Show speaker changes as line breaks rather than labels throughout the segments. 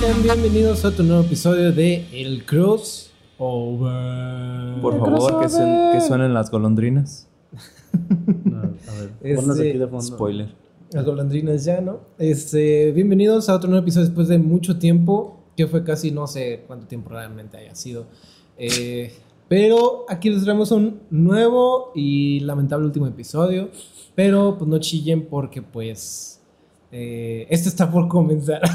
sean bienvenidos a otro nuevo episodio de El Crossover
Por favor, que, suen- que suenen las golondrinas.
No, a ver,
Este-
ponlas aquí de fondo.
Spoiler.
Las golondrinas ya, ¿no? Este, bienvenidos a otro nuevo episodio después de mucho tiempo, que fue casi no sé cuánto tiempo realmente haya sido. Eh, pero aquí les traemos un nuevo y lamentable último episodio, pero pues no chillen porque pues eh, este está por comenzar.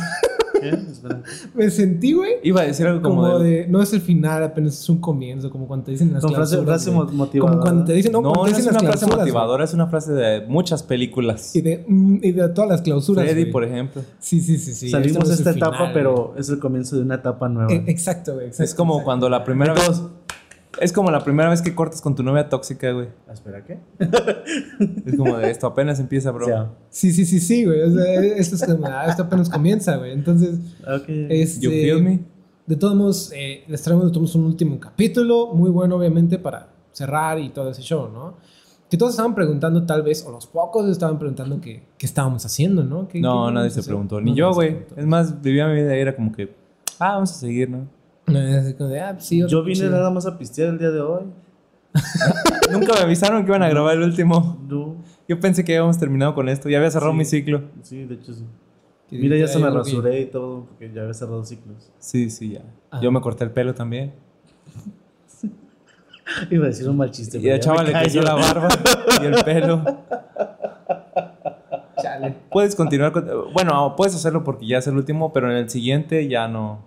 ¿Eh? Espera.
Me sentí, güey.
Iba a decir algo como,
Como,
del-
de, no es el final, apenas es un comienzo, como cuando te dicen en las
Con frase,
clausuras,
frase
güey.
mo- motivadora.
Como cuando te dicen, no,
No, no
cuando te
es
dicen las
una frase
clausuras, güey.
motivadora, es una frase de muchas películas.
Y de, mm, y de todas las clausuras.
Freddy,
güey.
por ejemplo.
Sí, sí, sí, sí.
Salimos de
este no
esta
es el
etapa,
final, güey.
pero es el comienzo de una etapa nueva.
Eh, exacto, güey. exacto,
Es como
exacto.
cuando la primera vez. Es como la primera vez que cortas con tu novia tóxica, güey.
Ah, Espera, ¿qué?
Es como de esto, apenas empieza, bro.
Ya.
Sí, sí, sí, sí, güey. O sea, esto es como, ah, esto apenas comienza, güey. Entonces,
Ok.
este...
You feel me?
De todos modos, eh, les traemos de todos modos un último capítulo, muy bueno obviamente para cerrar y todo ese show, ¿no? Que todos estaban preguntando tal vez, o los pocos estaban preguntando que- qué estábamos haciendo, ¿no? ¿Qué- qué
No, nadie
íbamos a
se
hacer?
preguntó. Ni
No,
yo,
nadie se
güey.
preguntó.
Es más, vivía mi vida y era como que, ah, vamos a seguir, ¿no?
No, es así como de, ah, sí, otro
Yo vine
chido.
nada más a pistear el día de hoy.
Nunca me avisaron que iban a grabar el último.
No.
Yo pensé que habíamos terminado con esto. Ya había cerrado
Sí.
mi ciclo.
Sí, de hecho sí.
Que
Mira, ya se me
algo que-
rasuré y todo, porque ya había cerrado ciclos.
Sí, sí, ya.
Ah.
Yo me corté el pelo también.
Iba a decir un mal chiste.
Y
pero
a
ya
Chava
me
le cayó
callo.
la barba y el pelo.
Chale.
Puedes continuar con... Bueno, puedes hacerlo porque ya es el último, pero en el siguiente ya no...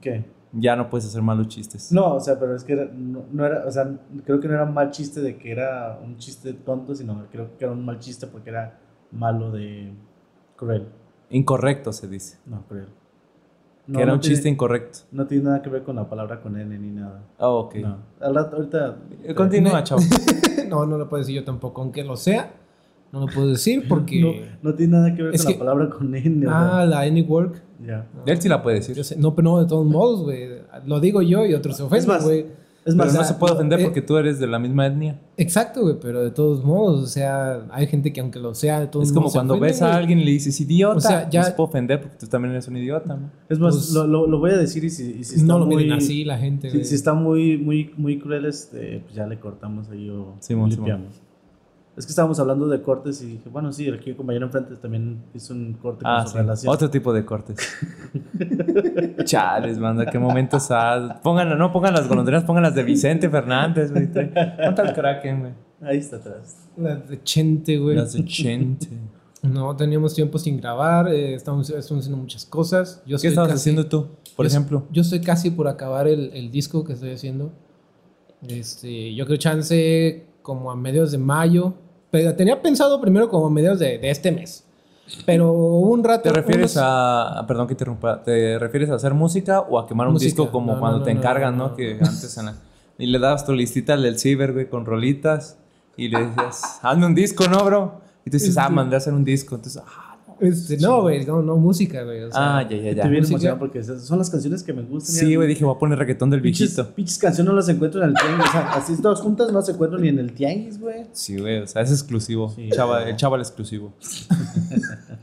¿Qué?
Ya no puedes hacer malos chistes.
No, o sea, pero es que era- no, no era, o sea, creo que no era un mal chiste de que era un chiste tonto, sino creo que era un mal chiste porque era malo de cruel.
Incorrecto se dice.
No, cruel.
Que
No,
era
no
un
tiene-
chiste incorrecto.
No tiene nada que ver con la palabra con N ni nada.
Ah, ok.
No. Al rato, ahorita.
Eh, Continúa,
No.
Chava.
No, no lo puedo decir yo tampoco, aunque lo sea, no lo puedo decir porque...
No, no tiene nada que ver
Es
con
que-
la palabra con N. o sea,
Ah, la Any Work.
ya.
Él sí la puede decir.
Yo sé- No, pero no, de todos modos, güey. Lo digo yo y otros se ofenden,
más,
güey.
Es
Pero
más,
no
sea,
se puede ofender
eh,
porque tú eres de la misma etnia.
Exacto, güey, pero de todos modos, o sea, hay gente que aunque lo sea, de todos
Es como
modos se
cuando
ofende,
ves a
güey.
alguien y le dices idiota.
O sea, ya-
No se puede ofender porque tú también eres un idiota. ¿no?
es más
pues,
lo, lo- lo voy a decir y si, y si está
no lo
muy,
miren así la gente,
Si,
güey.
si está muy, muy, muy cruel, este, pues ya le cortamos ahí o
Simón,
limpiamos. Es que estábamos hablando de cortes y dije, bueno, sí, aquí el compañero enfrente también hizo un corte
Ah,
con su
sí.
relación.
Otro tipo de cortes. Chales, manda, qué momento sad. Pónganlo, no pongan las golondrinas, pongan las de Vicente Fernández, güey. Ponte al Kraken, güey.
Ahí está atrás.
Las de Chente, güey.
Las de Chente.
No, teníamos tiempo sin grabar, eh, estamos, estamos haciendo muchas cosas. Yo
¿Qué
estoy
estabas
casi-
haciendo tú, por
yo-
ejemplo?
Yo estoy casi por acabar el, el disco que estoy haciendo. Este, yo creo chance como a mediados de mayo. Pero tenía pensado primero como a mediados de, de este mes. Pero hubo un rato...
¿Te refieres
unos-
a, a- perdón que te interrumpa, ¿te refieres a hacer música o a quemar un
Música.
disco como
No,
cuando
no,
te
no,
encargan,
no,
¿no?
no.
Que antes en la- y le dabas tu listita al del ciber, güey, con rolitas y le decías, hazme un disco, ¿no, bro? Y tú dices, ah,
Este-
mandé a hacer un disco. Entonces, ah, no.
Este, no, güey, no, no, música, güey. o sea,
ah, ya, ya, ya.
Estoy bien
Música.
emocionado porque esas son las canciones que me gustan.
Sí,
ya.
güey, dije, voy a poner reggaetón del
Pinches,
bichito.
pinches canciones no las encuentro en el tianguis. O sea, así todas juntas no las encuentro ni en el tianguis, güey.
Sí, güey, o sea, es exclusivo.
Sí,
Chava-
güey.
el chaval exclusivo.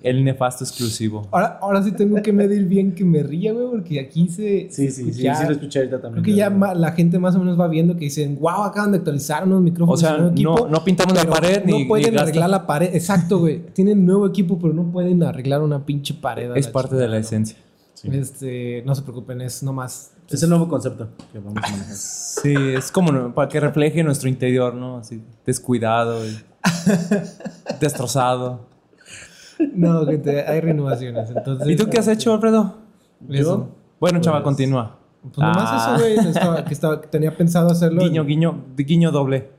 el nefasto exclusivo.
Ahora, ahora sí tengo que medir bien que me ría, güey, porque aquí se...
Sí, sí, sí,
ya-
sí lo escuché ahorita también.
Creo que ya
pero-
ma- la gente más o menos va viendo que dicen, wow, acaban de actualizar unos
O
micrófonos.
sea,
y nuevo
no,
equipo".
no pintamos la
Pero
pared
no
ni, ni
pueden
gastan-
arreglar la pared. Exacto, güey. Tienen nuevo equipo, pero no pueden arreglar una pinche pared. a
Es
la
parte de la
chingada,
esencia.
Sí.
¿no? Este, no se preocupen, es nomás.
Es el nuevo concepto que vamos a manejar.
Sí, es como no- para que refleje nuestro interior, ¿no? Así, descuidado, y destrozado.
No, que te- hay renovaciones. Entonces,
¿Y tú qué has hecho, Alfredo?
Eso.
Bueno, chaval,
Pues-
continúa.
Pues nomás
Ah.
eso, güey. estaba- que estaba- que tenía pensado hacerlo. en-
Guiño, guiño, guiño doble.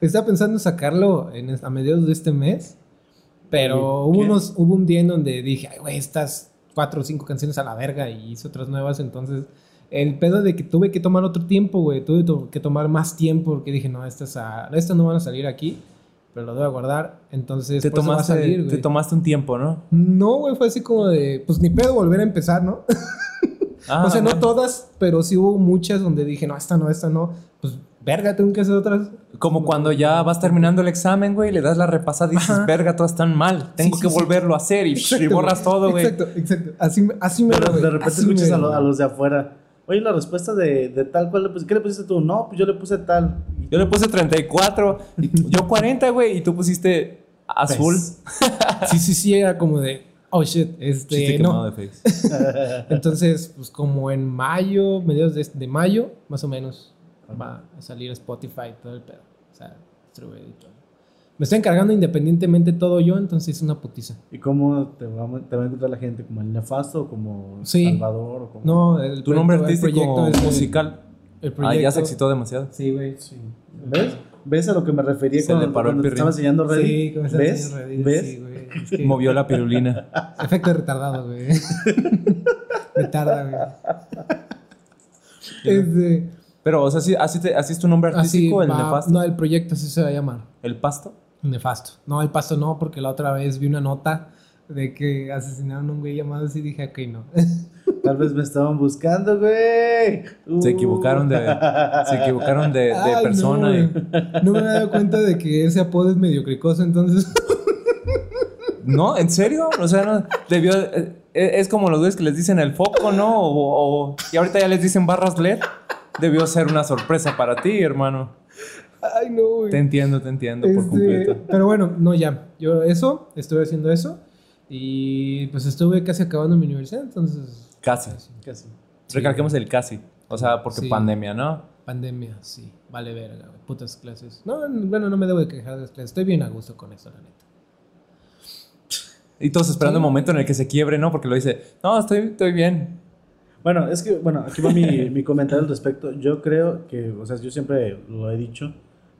Estaba pensando en sacarlo en es- a mediados de este mes. Pero
¿Qué?
hubo, unos, hubo un día en donde dije, ay, güey, estas cuatro o cinco canciones a la verga y hice otras nuevas. Entonces, el pedo de que tuve que tomar otro tiempo, güey, tuve to- que tomar más tiempo porque dije, no, estas, a- estas no van a salir aquí, pero lo voy a guardar. Entonces,
Te
por eso va a
tomaste,
salir,
te
güey.
tomaste un tiempo, ¿no?
No, güey, fue así como de, pues ni pedo volver a empezar, ¿no?
Ah,
o sea, no
bueno.
todas, pero sí hubo muchas donde dije, no, esta no, esta no. Pues verga, tengo que hacer otras.
Como cuando ya vas terminando el examen, güey, le das la repasada y dices, verga, todas están mal. Tengo
sí,
que
sí.
volverlo a hacer y, y borras todo, güey.
Exacto, exacto. Así, me- así me
Pero
va, güey.
de repente
Así
escuchas
me
a, lo-
va.
a los de afuera. Oye, la respuesta de, de tal, ¿cuál le pusiste? ¿Qué le pusiste tú? No, pues yo le puse tal. Y
Yo le puse 34, y tú- yo 40, güey, y tú pusiste azul.
Pues.
Sí, sí, sí, era como de, oh shit,
Chiste
este,
quemado
no.
de Face.
Entonces, pues como en mayo, mediados de, de mayo, más o menos, va a salir Spotify y todo el pedo. O sea, distribuido y todo. Me estoy encargando independientemente todo yo, entonces es una putiza.
¿Y cómo te va, a- te va a encontrar la gente? ¿Como el nefasto o como
Sí.
Salvador? O como...
No, el
Tu nombre
proyecto- el
artístico
proyecto es el-
musical.
el
Ah, ya
proyecto-
se excitó demasiado.
Sí, güey.
Sí. ¿Ves? ¿Ves a lo que me refería
Se
cuando,
le paró el
cuando te
pirrín.
estaba enseñando Reddit?
Sí, como se
¿Ves?
hace Reddit,
¿Ves?
sí, güey. Es que-
Movió la pirulina.
Efecto retardado, güey. Me tarda, güey. Este,
Pero, o sea, sí, así, te- así es tu nombre
así
artístico, el
va-
nefasto.
No, el proyecto así se va a llamar.
El pasto.
Nefasto. No, el pasto no, porque la otra vez vi una nota de que asesinaron a un güey llamado así y dije, ok, no.
Tal vez me estaban buscando, güey. Uh.
Se equivocaron de, se equivocaron de, de
Ay, no,
persona. eh.
güey.
y-
No, me había dado cuenta de que ese apodo es medio cricoso, entonces.
No, ¿en serio? O sea, no, debió... eh, Es como los güeyes que les dicen el foco, ¿no? O, o- y ahorita ya les dicen barras LED. Debió ser una sorpresa para ti, hermano.
Ay, no, güey.
Te entiendo, te entiendo por
Este,
completo.
Pero bueno, no, ya. Yo eso, estuve haciendo eso. Y pues estuve casi acabando mi universidad, entonces. pues,
Casi.
Casi.
Recalquemos el casi. O sea, porque
Sí.
pandemia, ¿no?
Pandemia, sí. Vale verga, güey. Putas clases. No, n- bueno, no me debo de quejar de las clases. Estoy bien a gusto con eso, la neta.
Y todos esperando
Sí.
el momento en el que se quiebre, ¿no? Porque lo dice, no, estoy, estoy bien.
Bueno, es que, bueno, aquí va mi, mi comentario al respecto. Yo creo que, o sea, yo siempre lo he dicho,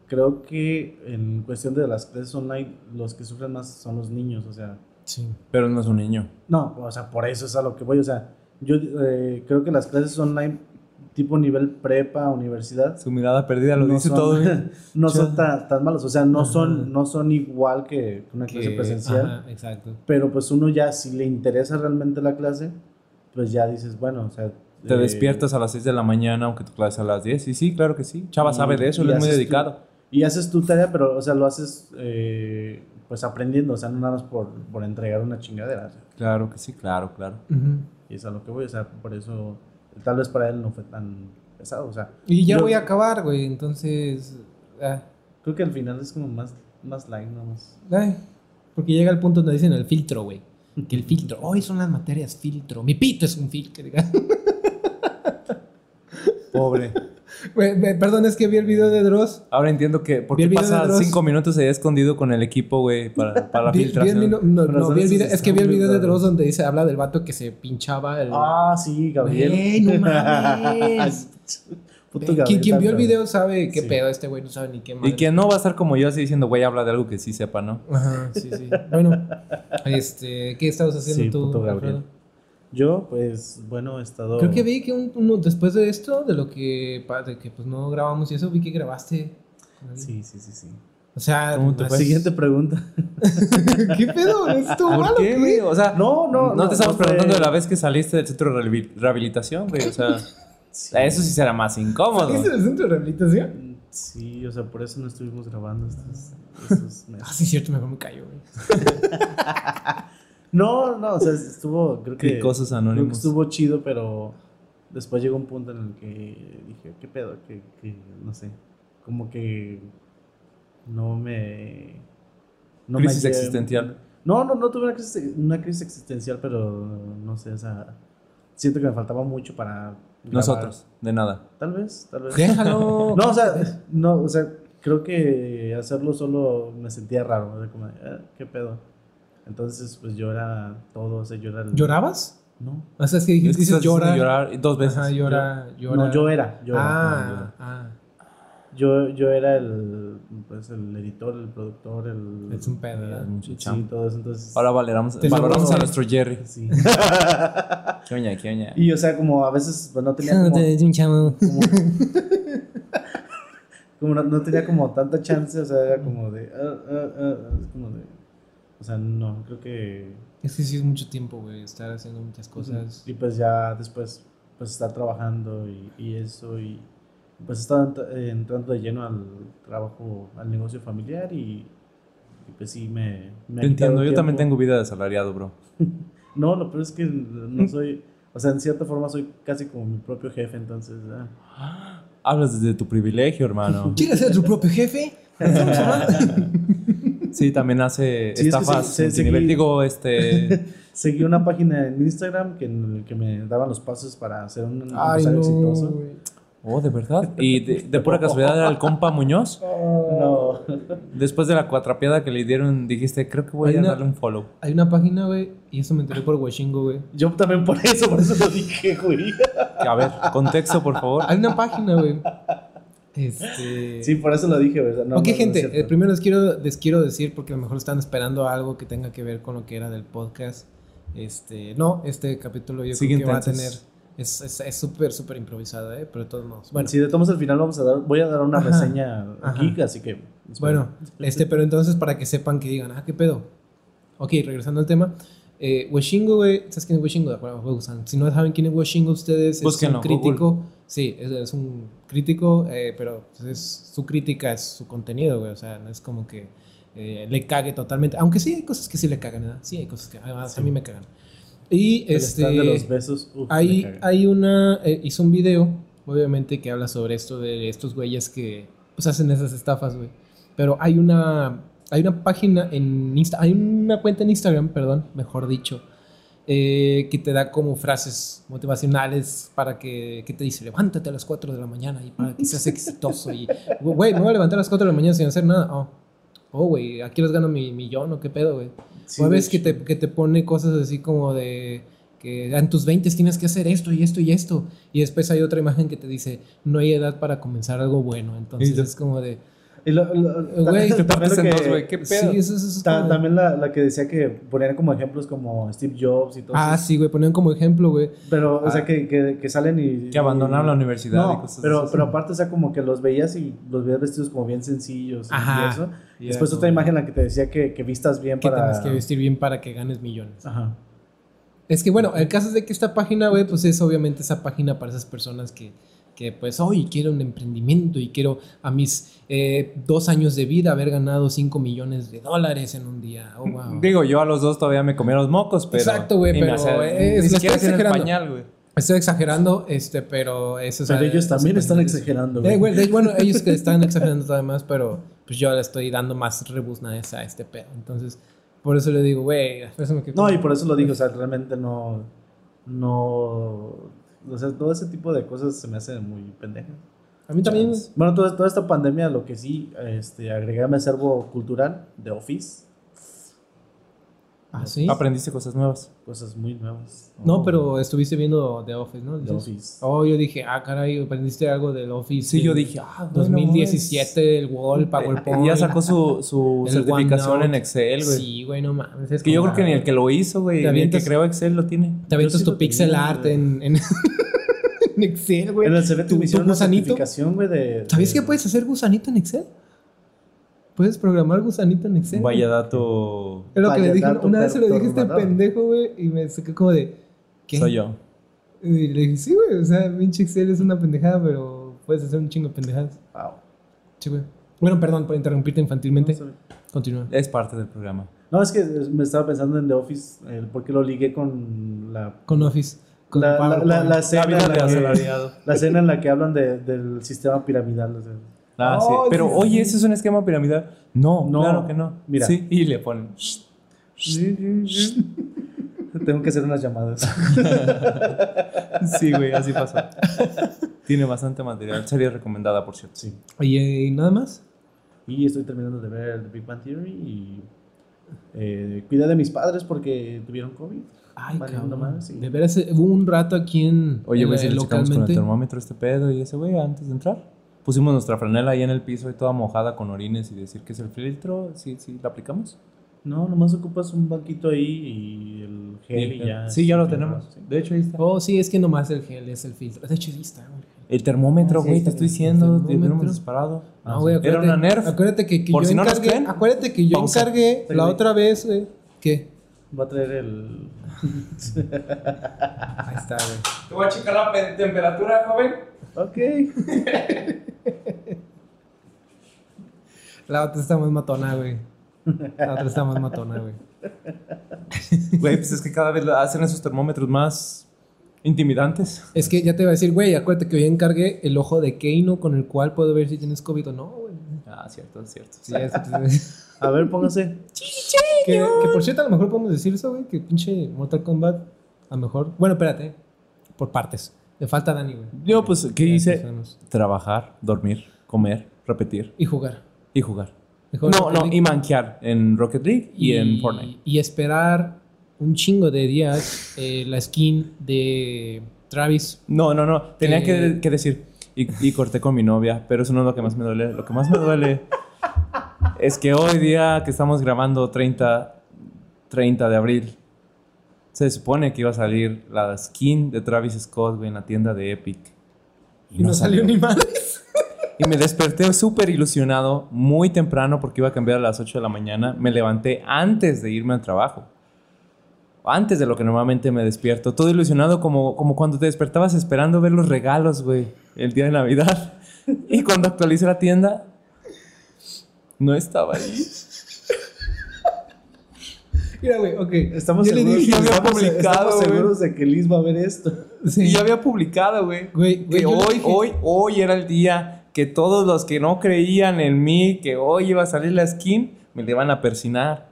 creo que en cuestión de las clases online, los que sufren más son los niños, o sea,
Sí.
Pero no es un niño.
no, o sea, por eso es a lo que voy, o sea, yo eh, creo que las clases online, tipo nivel prepa, universidad,
Su mirada perdida lo
no
dice
son-
todo bien.
no
Ya.
son tan, tan malos, o sea, no
Ajá.
son, no son igual que una clase
Que-
presencial.
ajá, exacto.
pero pues uno ya, si le interesa realmente la clase, pues ya dices, bueno, o sea...
Te
eh,
despiertas a las 6 de la mañana, aunque tu clase es a las 10. Y sí, claro que sí. Chava
Y-
sabe de eso,
y
él es muy
haces tu-
dedicado.
Y haces tu tarea, pero, o sea, lo haces eh, pues aprendiendo, o sea, no nada más por, por entregar una chingadera. o sea,
Claro que sí, claro, claro.
Ujú.
y es a lo que voy, o sea, por eso, tal vez para él no fue tan pesado, o sea,
Y ya
Yo-
voy a acabar, güey. Entonces. ah,
creo que al final es como más, más light, nada más.
ay, porque llega el punto donde dicen el filtro, güey. Que el filtro. Hoy son las materias filtro. Mi pito es un filtro.
Pobre.
Güey, güey, Perdón, es que vi el video de Dross.
Ahora entiendo que por
Vi
qué
el video de
pasa
Dross.
5 minutos ahí escondido con el equipo, güey, para, para la
Vi- vi el
filtración.
minu- no,
Pero
no,
son
vi el
esos
video- es que vi el
estúpidos,
video de
güey.
Dross donde dice, habla del vato que se pinchaba el.
Ah, sí, Gabriel.
Güey, no mames.
Puto
Quien- quien
Gabriel tan
vio el
cabrón.
video sabe qué
Sí.
pedo este güey, no sabe ni qué
y
madre.
quien no va a estar como yo así diciendo, güey, habla de algo que sí sepa, ¿no?
Ajá, sí, sí. Ah, Bueno, este, ¿qué estabas haciendo
Sí,
tú?
puto Gabriel.
Alfredo?
Yo, pues, bueno, he estado...
Creo que vi que un, uno- después de esto, de lo que, pa- de que pues no grabamos y eso, vi que grabaste. con alguien.
Sí, sí, sí, sí.
O sea,
¿Cómo te
pues,
fue?
Siguiente pregunta.
¿qué pedo? ¿Es tu malo?
¿Por qué, güey? O sea, no,
No, no,
te estamos
fue-
preguntando de la vez que saliste del centro de rehabil- rehabilitación, güey. O sea,
Sí.
eso sí será más incómodo.
¿Qué es el centro de rehabilitación?
Sí, o sea, por eso no estuvimos grabando estos, estos meses.
Ah, sí, cierto, mejor me cayó, güey.
No, no, o sea, estuvo, creo que,
Cricosos
creo que
anónimos.
estuvo chido, pero después llegó un punto en el que dije, ¿qué pedo? Que, que, no sé, como que no me... no me
Crisis
hallé-
existencial.
No, no, no tuve una crisis, una crisis existencial, pero no sé, o sea, siento que me faltaba mucho para... grabar.
Nosotros, de nada.
Tal vez, tal vez.
Déjalo.
No, o sea, no, o sea, creo que hacerlo solo me sentía raro, o sea, como, eh, ¿qué pedo? Entonces, pues yo era todo, o sea, yo era el-
¿Llorabas?
No,
O sea, es que
Es
dijiste
que estás haciendo
llora.
llorar dos veces.
Ajá, llora, llora.
no, yo era, yo era.
Ah, ah.
Yo, yo era el, pues, el editor, el productor, el...
Es un pedo,
Era
¿verdad?
mucho
Sí,
chamba.
todo eso, entonces...
Ahora valoramos,
Te
valoramos
sobró.
a nuestro Jerry.
Sí.
¿Qué oña, qué oña?
y, o sea, como a veces, pues no tenía como... como- como no, no tenía como tanta chance, o sea, era como de... ah, ah, ah, ah, es como de... O sea, no, creo que...
Es que sí es mucho tiempo, güey, estar haciendo muchas cosas.
Y pues ya después, pues estar trabajando y, y eso, y, pues estaba ent- eh, entrando de lleno al trabajo, al negocio familiar y, y pues sí me... me ha
Te entiendo,
quitado
yo también
tiempo.
tengo vida de asalariado, bro.
No, lo peor es que no soy, o sea, en cierta forma soy casi como mi propio jefe, entonces... ah.
Hablas desde tu privilegio, hermano.
¿Quieres ser tu propio jefe? Estamos hablando.
Sí, también hace
Sí, es que
estafas
se- se-
multinivel.
seguí-
Digo, este.
Seguí una página en Instagram que, en- que me daban los pasos para ser un
Ay,
empresario
no.
exitoso.
güey.
Oh, de verdad. Y de, de pura casualidad era el compa Muñoz.
No.
Después de la cuatrapiada que le dieron, dijiste, creo que voy
Hay
a
una-
darle un follow.
Hay una página, güey, y eso me enteré por Huachingo, güey.
Yo también por eso, por eso lo dije, güey.
A ver, contexto, por favor.
Hay una página, güey. Este.
Sí, por eso lo dije, ¿verdad? No,
ok,
no, no es
gente,
cierto.
eh, primero les quiero, les quiero decir, porque a lo mejor están esperando algo que tenga que ver con lo que era del podcast. Este, no, este capítulo yo
Sigue
creo que va a tener.
entonces.
Es es- es súper, súper improvisado, ¿eh? Pero de todos modos. Bueno,
si de tomas al final vamos a dar, voy a dar una
Ajá,
reseña
ajá.
geek, así que. pues, espero.
Bueno, este, pero entonces para que sepan que digan, ah, qué pedo. Ok, regresando al tema. Eh, Weshingo, güey, ¿sabes quién es Weshingo? De acuerdo, Hugo-san. Si no saben quién es Weshingo, ustedes es
Búsquenlo,
un crítico. Sí, es, es un crítico, eh, pero pues, es, su crítica es su contenido, güey. O sea, no es como que eh, le cague totalmente. Aunque sí hay cosas que sí le cagan, ¿verdad? Sí hay cosas que además a mí me cagan. Y
El
este.
stand de los besos. uf, me
Hay,
caga.
hay una, eh, hizo un video, obviamente, que habla sobre esto de estos güeyes que pues hacen esas estafas, güey. Pero hay una, hay una página en Insta, hay una cuenta en Instagram, perdón, mejor dicho, eh, que te da como frases motivacionales para que, que te dice, levántate a las 4 de la mañana y para que seas exitoso. Y, güey, me voy a levantar a las 4 de la mañana sin hacer nada. Oh, oh, güey, aquí les gano mi millón o qué pedo, güey.
Sí,
o a
de
veces que
hecho.
te, que te pone cosas así como de que "Ah, en tus 20 tienes que hacer esto y esto y esto. Y después hay otra imagen que te dice, no hay edad para comenzar algo bueno. Entonces
Y te-
es como de,
Y lo- lo-
Güey,
también-
Te
también
partes
lo
en
que-
dos, güey. ¿Qué
sí,
pedo?
eso, eso es
ta-
como-
También la, la que decía que ponían como ejemplos como Steve Jobs y todo
Ah,
eso.
sí, güey, ponían como ejemplo, güey.
Pero, o
Ah.
sea, que, que, que salen y.
Que abandonaron la
y-
universidad y
No,
cosas
pero,
así.
pero aparte, o sea, como que los veías y los veías vestidos como bien sencillos y-
Ajá.
y eso.
Y
Después
era
otra
como-
imagen en la que te decía que, que vistas bien
Que
para.
tienes que vestir bien para que ganes millones.
Ajá.
Es que bueno, el caso es de que esta página, güey, pues es obviamente esa página para esas personas que, que pues, hoy quiero un emprendimiento y quiero a mis eh, dos años de vida haber ganado 5 millones de dólares en un día. Oh, wow.
Digo, yo a los dos todavía me comía los mocos, pero.
Exacto, güey,
ni me
pero,
hacía-
eh,
Ni
lo
siquiera
estoy
hacían el
exagerando.
pañal, güey.
Estoy exagerando, este, pero eso es.
Pero ellos también están
exagerando.
exagerando,
Eh,
güey.
güey, de- bueno, ellos que están exagerando todavía más, pero pues yo le estoy dando más rebuznadez a este pedo. Entonces, por eso le digo, güey, eso me quedo-
No, y por eso lo digo, o
pues
sea, realmente no. No. O sea, todo ese tipo de cosas se me hacen muy pendejas.
A mí también.
Bueno, toda, toda esta pandemia, lo que sí este, agregué a mi acervo cultural de Office,
Ah, sí.
Aprendiste cosas nuevas.
cosas muy nuevas.
No, pero estuviste viendo The Office, ¿no?
De Office.
Oh, yo dije, ah, caray, aprendiste algo del Office.
Sí, yo
en
dije, ah, güey, no
2017, el Word,
mames.
PowerPoint.
Eh, Ya sacó su, su
el
certificación en
OneNote.
Excel, güey.
Sí, güey, no mames.
Es que yo creo que ni el que lo hizo, güey,
Te
ni el que
avientas-
creó Excel lo tiene.
Te
Yo
aventas
sí
tu
lo
pixel
tenía,
art
güey.
en, en, en Excel, güey.
En el CBT
tu-
me hicieron
tu
una
gusanito.
certificación, güey, de.
¿Sabías
de-
que puedes hacer gusanito en Excel? Puedes programar gusanito en Excel.
Vaya dato.
Es lo que le
Vaya
dije.
dato
Una vez se lo dije a este
perturbador.
pendejo, güey, y me saqué como de. ¿Qué?
Soy yo.
Y le dije, sí, güey, o sea, pinche Excel es una pendejada, pero puedes hacer un chingo de pendejadas.
Wow.
Sí, güey. Bueno, perdón por interrumpirte infantilmente.
No,
Continúa.
Es parte del programa.
No, es que me estaba pensando en The Office, eh, porque lo ligué con la
Con Office. Con
la, la,
PowerPoint.
la, la
La
escena
vida
en
de
la que-
asalariado.
la escena en la que hablan de- del sistema piramidal. o sea.
Ah, sí.
Oh,
Pero,
sí,
oye,
sí.
¿ese es un esquema piramidal? No,
No,
claro que no.
mira.
Sí, y le ponen. "Shh".
Tengo que hacer unas llamadas.
Sí, güey, así pasó. Tiene bastante material. Serie recomendada, por cierto.
Sí.
Oye, ¿y nada más?
Y estoy terminando de ver The Big Bang Theory y eh, cuidé de mis padres porque tuvieron COVID.
Ay,
Vale,
cabrón.
no mames, sí.
De veras, eh, hubo un rato aquí en.
Oye,
en
güey,
la-
si le checamos con el
localmente.
termómetro este pedo y ese güey antes de entrar. Pusimos nuestra franela ahí en el piso y toda mojada con orines y decir que es el filtro. Sí, sí, ¿la aplicamos?
No, nomás ocupas un banquito ahí y el gel y ya.
sí, ya lo tenemos.
Sí.
De hecho, ahí está.
Oh, sí, es que nomás el gel es el filtro. De hecho, ahí está, güey.
El termómetro,
Ah, sí,
güey,
está
te estoy
bien.
El
diciendo, te
termómetro.
hubiéramos disparado.
No, güey,
Ah, Era
acuérdate-
una Nerf.
Acuérdate que, que
Por
yo
si no nos
encargué.
creen,
acuérdate que yo
pausa.
encargué
Sí,
la
güey.
otra vez, güey. ¿Qué?
Va a traer el.
Ahí está, güey.
Te voy a checar la temperatura, joven.
Ok.
La otra está más matona, güey. La otra está más matona, güey.
Güey, pues es que cada vez lo hacen esos termómetros más intimidantes.
Es que ya te iba a decir, güey, acuérdate que hoy encargué el ojo de Keino con el cual puedo ver si tienes COVID o no, güey.
Ah, cierto, cierto.
Sí, eso, entonces-
A ver, póngase.
que, que por cierto, a lo mejor podemos decir eso, güey, que pinche Mortal Kombat, a lo mejor. Bueno, espérate, por partes. Le falta a Dani, güey.
Yo, pues, ¿qué
Ya,
hice?
ya sabemos.
Trabajar, dormir, comer, repetir
Y jugar.
y jugar.
Y jugar
No,
Rocket
no,
League.
y manquear en Rocket League y, en Fortnite.
Y esperar un chingo de días eh, la skin de Travis.
No, no, no. Tenía
Eh.
que, que decir. Y, y corté con mi novia, pero eso no es lo que más me duele. Lo que más me duele es que hoy día que estamos grabando 30, 30 de abril, se supone que iba a salir la skin de Travis Scott güey, en la tienda de Epic.
Y no, salió ni madres.
Y me desperté súper ilusionado muy temprano porque iba a cambiar a las 8 de la mañana. Me levanté antes de irme al trabajo. Antes de lo que normalmente me despierto. Todo ilusionado como, como cuando te despertabas esperando ver los regalos, güey. El día de Navidad. Y cuando actualicé la tienda, no estaba ahí.
Mira, güey, ok.
Estamos
Yo le
seguros,
dije,
yo había
estamos-
publicado,
estamos
güey.
seguros de que Liz va a ver esto.
Sí.
Y ya había publicado, güey.
Güey, güey,
Que
yo le
hoy,
dije-
hoy, hoy era el día que todos los que no creían en mí, que hoy iba a salir la skin, me le iban a persinar.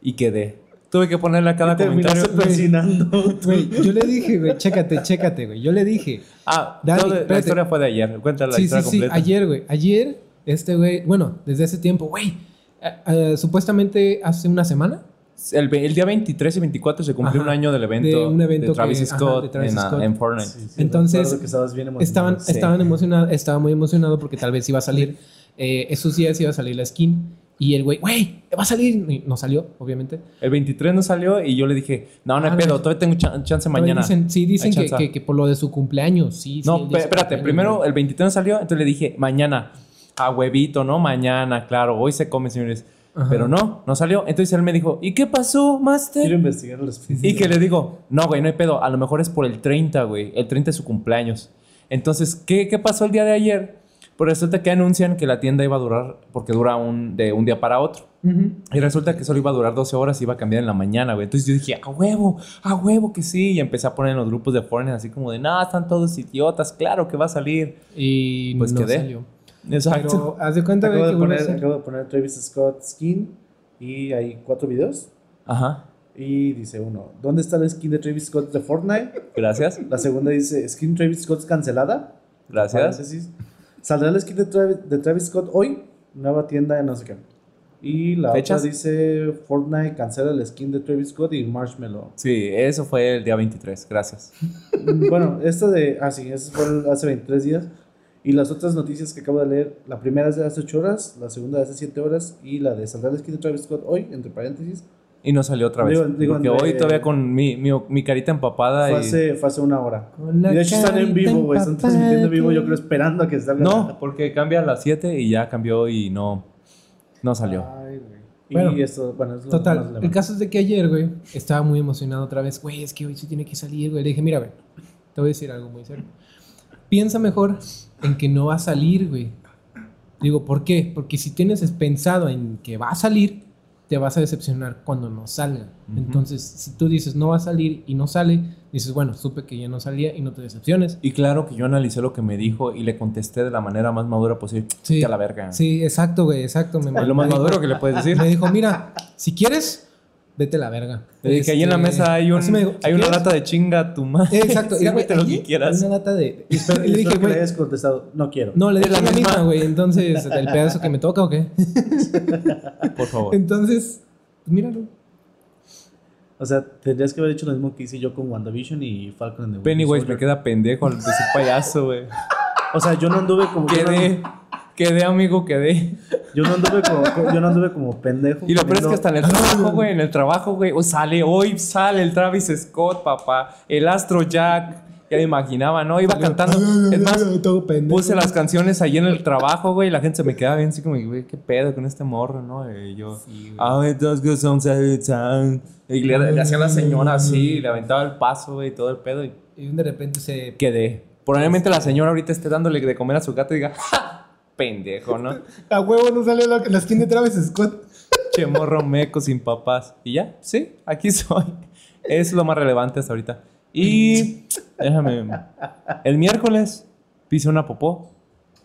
Y quedé. Tuve que ponerle a cada comentario.
Terminaste persinando.
Güey, yo le dije, güey, chécate, chécate, güey. Yo le dije.
Ah,
Dani,
todo- la
espérate.
historia fue de ayer. Cuéntala la
sí, sí,
historia
sí.
completa.
Ayer, güey. Ayer, este güey, bueno, desde hace tiempo, güey. eh, eh, supuestamente hace una semana.
El, ve- el día 23 y 24 se cumplió
Ajá,
un año del evento
de
de,
un evento
Travis
que- ajá,
Scott,
de Travis
en, ah,
Scott.
en Fortnite.
Sí, sí,
Entonces,
recuerdo que estabas bien emocionado.
Estaban,
Sí.
estaban emocionados, estaba muy emocionado porque tal vez iba a salir. eh, esos días iba a salir la skin. Y el güey, güey, va a salir. Y no salió, obviamente.
El 23 no salió y yo le dije, no, no hay
Ah,
pedo,
no.
todavía tengo chan- chance mañana.
Dicen, sí, dicen
Hay
que,
chance.
que- que por lo de su cumpleaños. Sí, sí,
No,
el
pe-
día de su
espérate,
cumpleaños,
primero
güey.
el 23 salió, entonces le dije, mañana, a huevito, ¿no? Mañana, claro, hoy se come, señores.
Ajá.
Pero no, no salió. Entonces él me dijo, ¿y qué pasó,
Quiero
Master?
investigar al respecto.
Y que le digo, no, güey, no hay pedo, a lo mejor es por el 30, güey, el 30 es su cumpleaños. Entonces, ¿qué, qué pasó el día de ayer? Pues resulta que anuncian que la tienda iba a durar, porque dura un, de un día para otro.
Ujú.
Y resulta que solo iba a durar 12 horas y iba a cambiar en la mañana, güey. Entonces yo dije, a huevo, a huevo que sí. Y empecé a poner en los grupos de Fortnite así como de, nada, están todos idiotas, claro que va a salir.
Y
Pues
no
quedé.
salió. Pero
Exacto.
haz de cuenta, güey,
Acabo
que
de,
vuelve a
poner,
ser-
acabo de poner Travis Scott skin y hay cuatro videos.
Ajá,
Y dice uno, ¿dónde está la skin de Travis Scott de Fortnite?
gracias,
La segunda dice, ¿skin Travis Scott cancelada?
gracias.
Paréntesis. ¿Saldrá la skin de, Travi- de Travis Scott hoy? Nueva tienda en no sé qué. Y la
¿Fechas?
otra dice, Fortnite cancela la skin de Travis Scott y Marshmallow.
Sí, eso fue el día 23, gracias.
Mm, bueno, esta de... Ah, sí, esa fue el- hace 23 días. Y las otras noticias que acabo de leer, la primera es de hace 8 horas, la segunda de hace 7 horas y la de saldrá la skin de Travis Scott hoy, entre paréntesis,
Y no salió otra vez.
Digo- digo,
porque
de-
hoy todavía con mi, mi, mi carita empapada
Fue
y...
hace, fue hace una hora.
Con la
Y de hecho están en
carita
vivo, güey. Están
empapada
transmitiendo en vivo, yo
que-
creo, esperando a que salga.
No, porque cambia a las 7 y ya cambió y no, no salió.
Ay, güey.
Bueno,
y esto, bueno, es lo más
Total,
relevante.
el caso es de que ayer, güey, estaba muy emocionado otra vez. Güey, es que hoy sí tiene que salir, güey. Le dije, mira, güey, te voy a decir algo muy serio. Piensa mejor en que no va a salir, güey. Digo, ¿por qué? Porque si tienes pensado en que va a salir, te vas a decepcionar cuando no salga.
Ujú.
Entonces, si tú dices no va a salir y no sale, dices, bueno, supe que ya no salía y no te decepciones.
Y claro que yo analicé lo que me dijo y le contesté de la manera más madura posible.
Sí.
"Vete a la verga.
Sí, exacto, güey, exacto. Me
Ah. Es lo más
me dijo-
maduro que le puedes decir.
Me dijo, mira, si quieres, vete a la verga.
Le dije, ahí en la
Este,
mesa hay, un,
así me dijo, "Si
hay una
quieres,
lata de chinga a tu madre.
Eh, Exacto. Mira, güey,
Sírvete lo
allí
que quieras.
Una lata de.
Y espero,
Y le dije,
que le
güey.
hayas contestado, no quiero.
No, le
Es
dije
la
la
misma.
misma, güey. Entonces, ¿el pedazo que me toca o qué?
Por favor.
Entonces, pues, míralo.
O sea, tendrías que haber hecho lo mismo que hice yo con WandaVision y Falcon and the Winter
Pennywise me
Soldier.
queda pendejo al decir payaso, güey.
O sea, yo no anduve como. yo no-
Quedé, quedé, amigo, quedé.
Yo no anduve como, yo no anduve como pendejo.
Y lo peor es que
poniendo-
hasta en el trabajo, güey, en el trabajo, güey, hoy sale, hoy sale el Travis Scott, papá, el Astro Jack, ya me imaginaba, ¿no? Iba cantando. Es más,
todo pendejo.
puse las canciones ahí en el trabajo, güey, y la gente se me quedaba bien así como, güey, qué pedo con este morro, ¿no? Y yo, ah, it does go some sad time". Y le, le hacía la señora así, y le aventaba el paso, güey, y todo el pedo, y
Y de repente se.
quedé. Probablemente la señora ahorita esté dándole de comer a su gato y diga, ¡Ja! pendejo, ¿no?
A huevo no sale la, la skin de Travis Scott.
Che morro meco sin papás. Y ya, sí, aquí soy. Es lo más relevante hasta ahorita. Y déjame. El miércoles pisé una popó.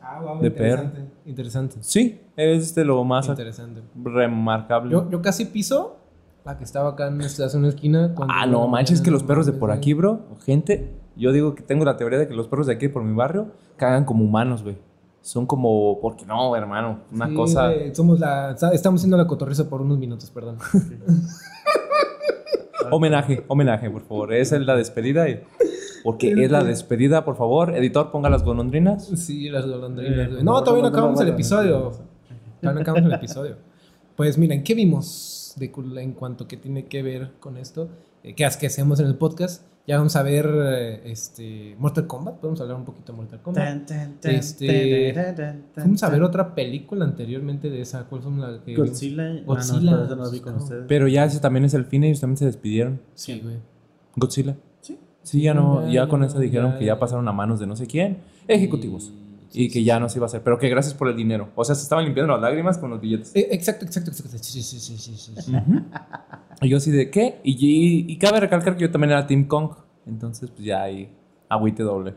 Ah, wow,
De
interesante. Interesante.
Sí, es de lo más
Interesante.
remarcable.
Yo, yo casi piso la que estaba acá en nuestra zona esquina. cuando-
ah, no manches, que los perros de por aquí, bro, gente, yo digo que tengo la teoría de que los perros de aquí por mi barrio cagan como humanos, güey. Son como, porque no, hermano, una
Sí,
cosa.
güey, somos la, sa- estamos haciendo la cotorriza por unos minutos, perdón.
Homenaje, homenaje, por favor. Esa es la despedida. y- Porque es la despedida, por favor. Editor, ponga las golondrinas.
Sí, las golondrinas.
Eh,
güey. no,
por favor,
todavía no
no
acabamos el
vayan,
episodio.
no vayan.
Todavía no acabamos el episodio. Pues miren, ¿qué vimos de cul- en cuanto que tiene que ver con esto? Eh, ¿Qué, as- qué hacemos en el podcast? Ya vamos a ver eh, este, Mortal Kombat. Podemos hablar un poquito de Mortal Kombat. Este, Vamos
Vamos
a ver otra película anteriormente de esa. ¿Cuál fue la que vimos?
Godzilla. Ah, no,
Godzilla.
pero esa no la vi con ustedes.
Pero ya ese también es el fin. Ellos también se despidieron.
Sí, güey.
Godzilla.
Sí.
Sí, ya no.
Ya,
Ya con eso dijeron
ya,
que
ya.
ya pasaron a manos de no sé quién. Ejecutivos.
Sí,
Y
sí,
que ya no se iba a hacer. Pero que gracias por el dinero. O sea, se estaban limpiando las lágrimas con los billetes.
Eh, exacto, exacto, exacto. Sí, sí, sí, sí, sí, sí.
Ujú. Y yo así de qué. Y, y- y cabe recalcar que yo también era Team Kong. Entonces, pues ya ahí. Agüite doble.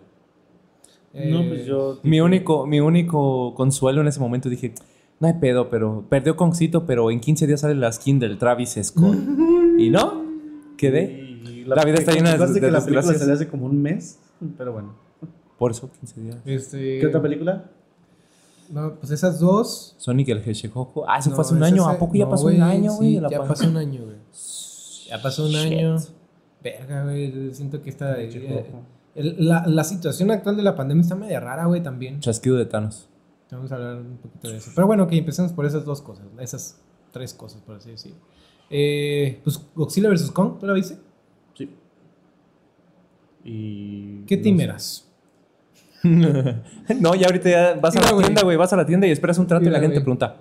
No,
Eh,
pues yo.
Mi único, mi único consuelo en ese momento dije, no hay pedo, pero perdió Concito, pero en 15 días sale la skin del Travis Scott. y no, quedé.
Y
La vida está llena de-
pensaste
de
que la película
desgracias.
salió hace como un mes, pero bueno.
Por eso 15 días.
Este,
¿Qué otra película?
Eh,
No, pues esas dos.
Sonic el Hedgehog. Ah, eso
No,
fue hace un
esas
año.
se-
¿A poco ya
no,
pasó
güey,
un año, güey?
sí,
La
ya
pan-
pasó un año, güey. Ya pasó un
Shit.
año. Verga, güey. Siento que esta. el- la, la situación actual de la pandemia está media rara, güey, también.
Chasquido de Thanos.
Vamos a hablar un poquito de eso. Pero bueno, que empecemos por esas dos cosas. Esas tres cosas, por así decir. Eh, pues Godzilla vs. Kong, ¿tú la viste?
Sí.
eh,
Y.
¿Qué
no
team
sé.
eras?
no, ya ahorita ya vas
Mira,
a la
güey.
tienda, güey. Vas a la tienda y esperas un trato y
Mira,
la gente
güey.
te pregunta,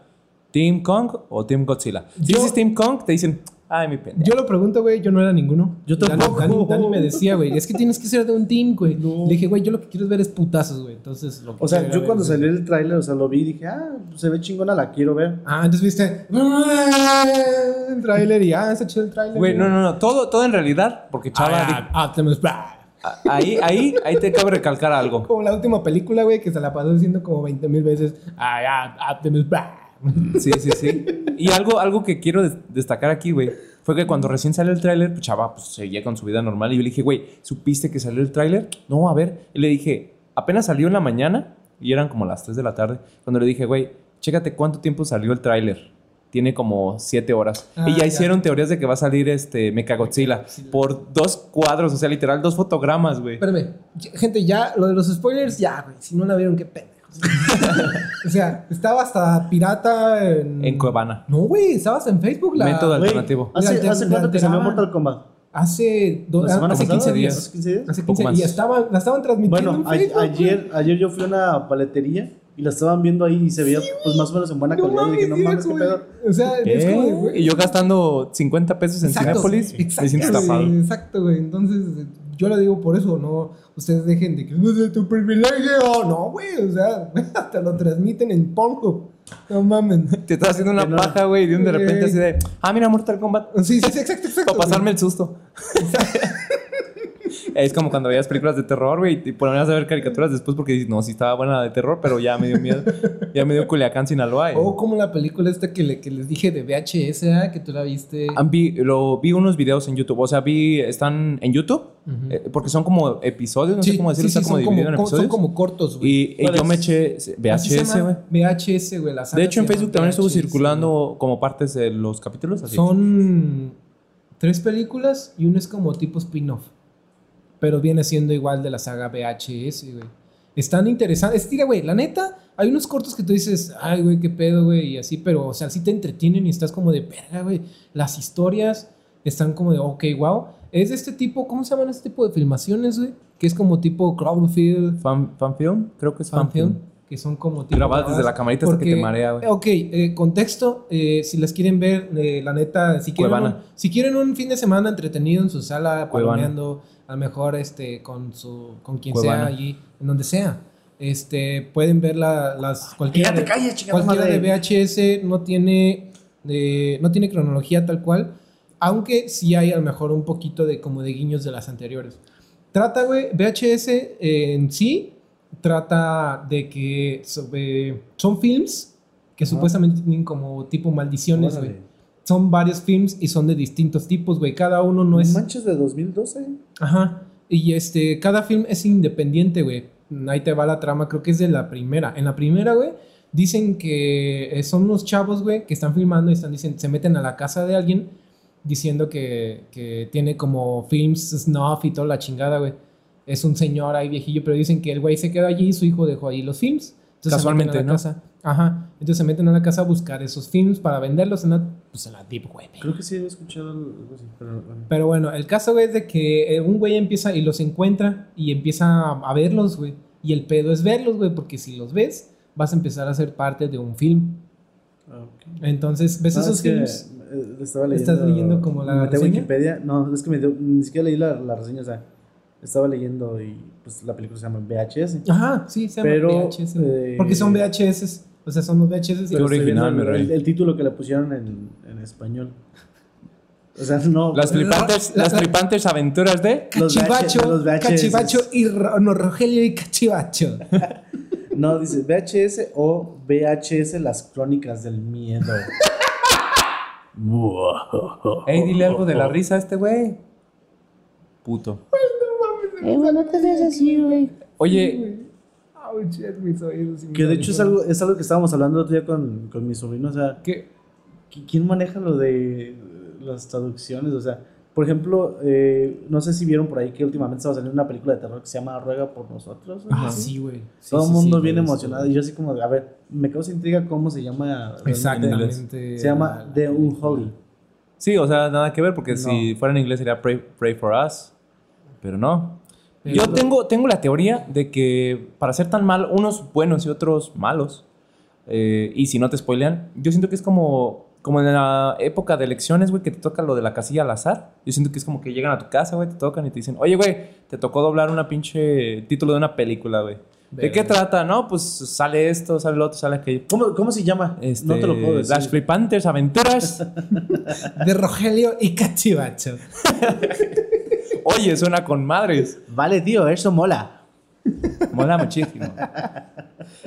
¿Team Kong o Team Godzilla? Si
Yo-
dices Team Kong, te dicen, ay, mi pendejo.
Yo lo pregunto, güey, yo no era ninguno.
Yo
Dani-
tampoco.
Dani, Dani me decía, güey, es que tienes que ser de un team, güey.
No.
Le dije, güey, yo lo que quiero es ver es putazos, güey. Entonces, lo que
O sea,
quiero
yo
ver
cuando
es-
salió el tráiler, o sea, lo vi y dije, ah, se ve chingona, la quiero ver.
Ah, entonces viste. "Ah, El trailer y ah, está chido el trailer.
Güey, no, no, no. Todo, todo en realidad, porque Chava dijo-
Ah, ah, Optimus Prime.
Ah, Ahí, ahí, ahí te cabe recalcar algo.
Como la última película, güey, que se la pasó diciendo como 20 mil veces. Ah, ah, Optimus Prime.
Sí, sí, sí. Y algo, algo que quiero des- destacar aquí, güey, fue que cuando recién salió el tráiler, pues chava, pues seguía con su vida normal. Y yo le dije, güey, ¿supiste que salió el tráiler? No, a ver. Y le dije, apenas salió en la mañana y eran como las 3 de la tarde. Cuando le dije, güey, chécate cuánto tiempo salió el tráiler. Tiene como 7 horas.
Ah,
y ya,
ya.
hicieron teorías de que va a salir este Mechagodzilla por dos cuadros, o sea, literal, dos fotogramas, güey.
Espérame, ya- gente, ya lo de los spoilers, ya, güey. Si no la vieron, qué pendejos. o sea, estaba hasta pirata en.
En Cuevana.
No, güey, estabas en Facebook la.
Método
Güey,
alternativo.
Le
¿Hace,
alter-
hace
le
cuánto que salió
alteraban.
Mortal Kombat?
Hace, do-
Ah,
¿La semana
hace
pasada?
15
¿Hace
días.
15 días?
Hace
Poco
15
más.
y estaban, la estaban transmitiendo.
Bueno,
en
a-
Facebook, güey.
ayer, ayer yo fui a una paletería y la estaban viendo ahí y se veía pues más o menos en buena
No
calidad. y dije,
mames,
no
mira,
mames, qué
güey.
pedo.
O sea, es como de,
¿Eh?
güey.
Y yo gastando 50 pesos en
Exacto,
Cinépolis,
exacto,
me siento
güey,
estafado.
Exacto, güey. Entonces, yo lo digo por eso, no. Ustedes dejen de que no sé tu privilegio. No, güey. O sea, güey, hasta lo transmiten en Pornhub. No mames.
Te estás haciendo una
Que no.
paja, güey, y de un de repente
Ey.
así de, ah, mira, Mortal Kombat,
Sí, sí, sí, exacto, exacto.
para pasarme
güey.
el susto. es como cuando veías películas de terror, güey, y ponías a ver caricaturas después porque dices, no, sí estaba buena la de terror, pero ya me dio miedo. ya me dio Culiacán, Sinaloa. y-
O como la película esta que, le- que les dije de VHS, ¿ah? que tú la viste.
Ah, vi- lo, vi unos videos en YouTube, o sea, vi, están en YouTube,
Ujú.
eh, porque son como episodios, no
Sí,
sé cómo decirlo,
sí, sí,
está como
son, como,
dividido en
co- son
episodios.
como cortos, güey.
y y
¿Cuál
yo me
es?
eché
Así se
VHS,
llama
güey.
VHS, güey. la
De
saga
hecho,
se llama
en Facebook también estuvo
VHS, güey.
circulando como partes de los capítulos. Así.
Son tres películas y uno es como tipo spin-off. Pero viene siendo igual de la saga VHS, güey. Están interesantes. Tira, güey, la neta, hay unos cortos que tú dices, ay, güey, qué pedo, güey, y así, pero, o sea, sí te entretienen y estás como de verga, güey. Las historias están como de, ok, wow. Es de este tipo, ¿cómo se llaman este tipo de filmaciones, güey? Que es como tipo Crowdfield,
Fan, fan film, creo que es fan,
fan film, que son como tipo
Grabadas desde la camarita hasta que te marea, güey.
Ok, eh, contexto, eh, si las quieren ver, eh, la neta, si quieren, un,
Cuevana.
si quieren un fin de semana entretenido en su sala,
Cuevana.
palomeando, a lo mejor este, con, su, con quien
Cuevana.
sea allí, en donde sea, este, pueden ver la- las cualquiera, de,
calles,
cualquiera de VHS, no tiene, eh, no tiene cronología tal cual, aunque sí hay a lo mejor un poquito de como de guiños de las anteriores. Trata, güey, VHS eh, en sí trata de que sobre- son films que
Ajá.
supuestamente tienen como tipo maldiciones, güey.
Órale.
Son varios films y son de distintos tipos, güey. Cada uno no es...
Manches de 2012.
Ajá. Y este, cada film es independiente, güey. Ahí te va la trama, creo que es de la primera. En la primera, güey, dicen que eh, son unos chavos, güey, que están filmando y están diciendo, se meten a la casa de alguien diciendo que, que tiene como films, snuff y toda la chingada, güey. Es un señor ahí viejillo, pero dicen que el güey se quedó allí y su hijo dejó ahí los films. Entonces
Casualmente,
se meten a la
¿no?
casa. Ajá. Entonces se meten a la casa a buscar esos films para venderlos en la, pues en la deep web. güey.
Creo que sí he escuchado algo así, pero bueno.
Pero bueno, el caso güey, es de que eh, un güey empieza y los encuentra y empieza a a verlos, güey. Y el pedo es verlos, güey, porque si los ves, vas a empezar a ser parte de un film.
Ah, ok.
Entonces, ¿ves
No,
pues, esos
Ah, es que,
films?
eh, estaba leyendo.
¿Estás leyendo como la
me metí a
reseña?
Wikipedia. No, es que me dio- ni siquiera leí la, la reseña, o sea, estaba leyendo y pues la película se llama VHS.
Ajá, sí, se llaman
Pero,
VHS. güey.
eh,
porque son VHS, o sea, son los VHS. y-
Pero-
estoy viendo
original, mi
el,
rey.
el- el título que le pusieron en, en español. O sea, no.
Las
Pero-
tripantes,
la-
las
la-
tripantes aventuras de.
los VH
Cachivacho,
los VHS.
Cachivacho y Ro- no, Rogelio y Cachivacho.
No, dice VHS o VHS, las crónicas del miedo.
Ey, dile algo
Oh,
de la risa a este güey. Puto.
Eh, güey, no te seas así, güey.
Oye,
Ouch, es mis oídos y mis
que de hecho es
audífonos.
algo, es algo que estábamos hablando el otro día con, con mi sobrino, o sea.
Que,
¿Qui- ¿Quién maneja lo de las traducciones? O sea, por ejemplo, eh, no sé si vieron por ahí que últimamente estaba saliendo una película de terror que se llama Ruega por nosotros. ¿no?
ah,
Sí.
sí, güey. Sí,
Todo el
sí, sí,
mundo
güey,
bien
sí,
emocionado. Y yo así como, de, a ver, me causa intriga cómo se llama. realmente.
Exactamente.
Se llama The Unholy.
sí, o sea, nada que ver, porque
No.
si fuera en inglés sería pray, Pray for Us. Pero no.
Pero-
Yo tengo, tengo la teoría de que para ser tan mal, unos buenos y otros malos, eh, y si no te spoilean, yo siento que es como, como en la época de elecciones, güey, que te toca lo de la casilla al azar. Yo siento que es como que llegan a tu casa, güey, te tocan y te dicen, oye, güey, te tocó doblar una pinche título de una película, güey. ¿De
Verga.
qué trata? No, pues sale esto, sale lo otro, sale aquello.
¿Cómo, cómo se llama?
Este,
no te lo puedo decir.
Las flipantes aventuras.
De Rogelio y Cachivacho.
Oye, suena con madres.
Vale, tío, eso mola.
Mola muchísimo.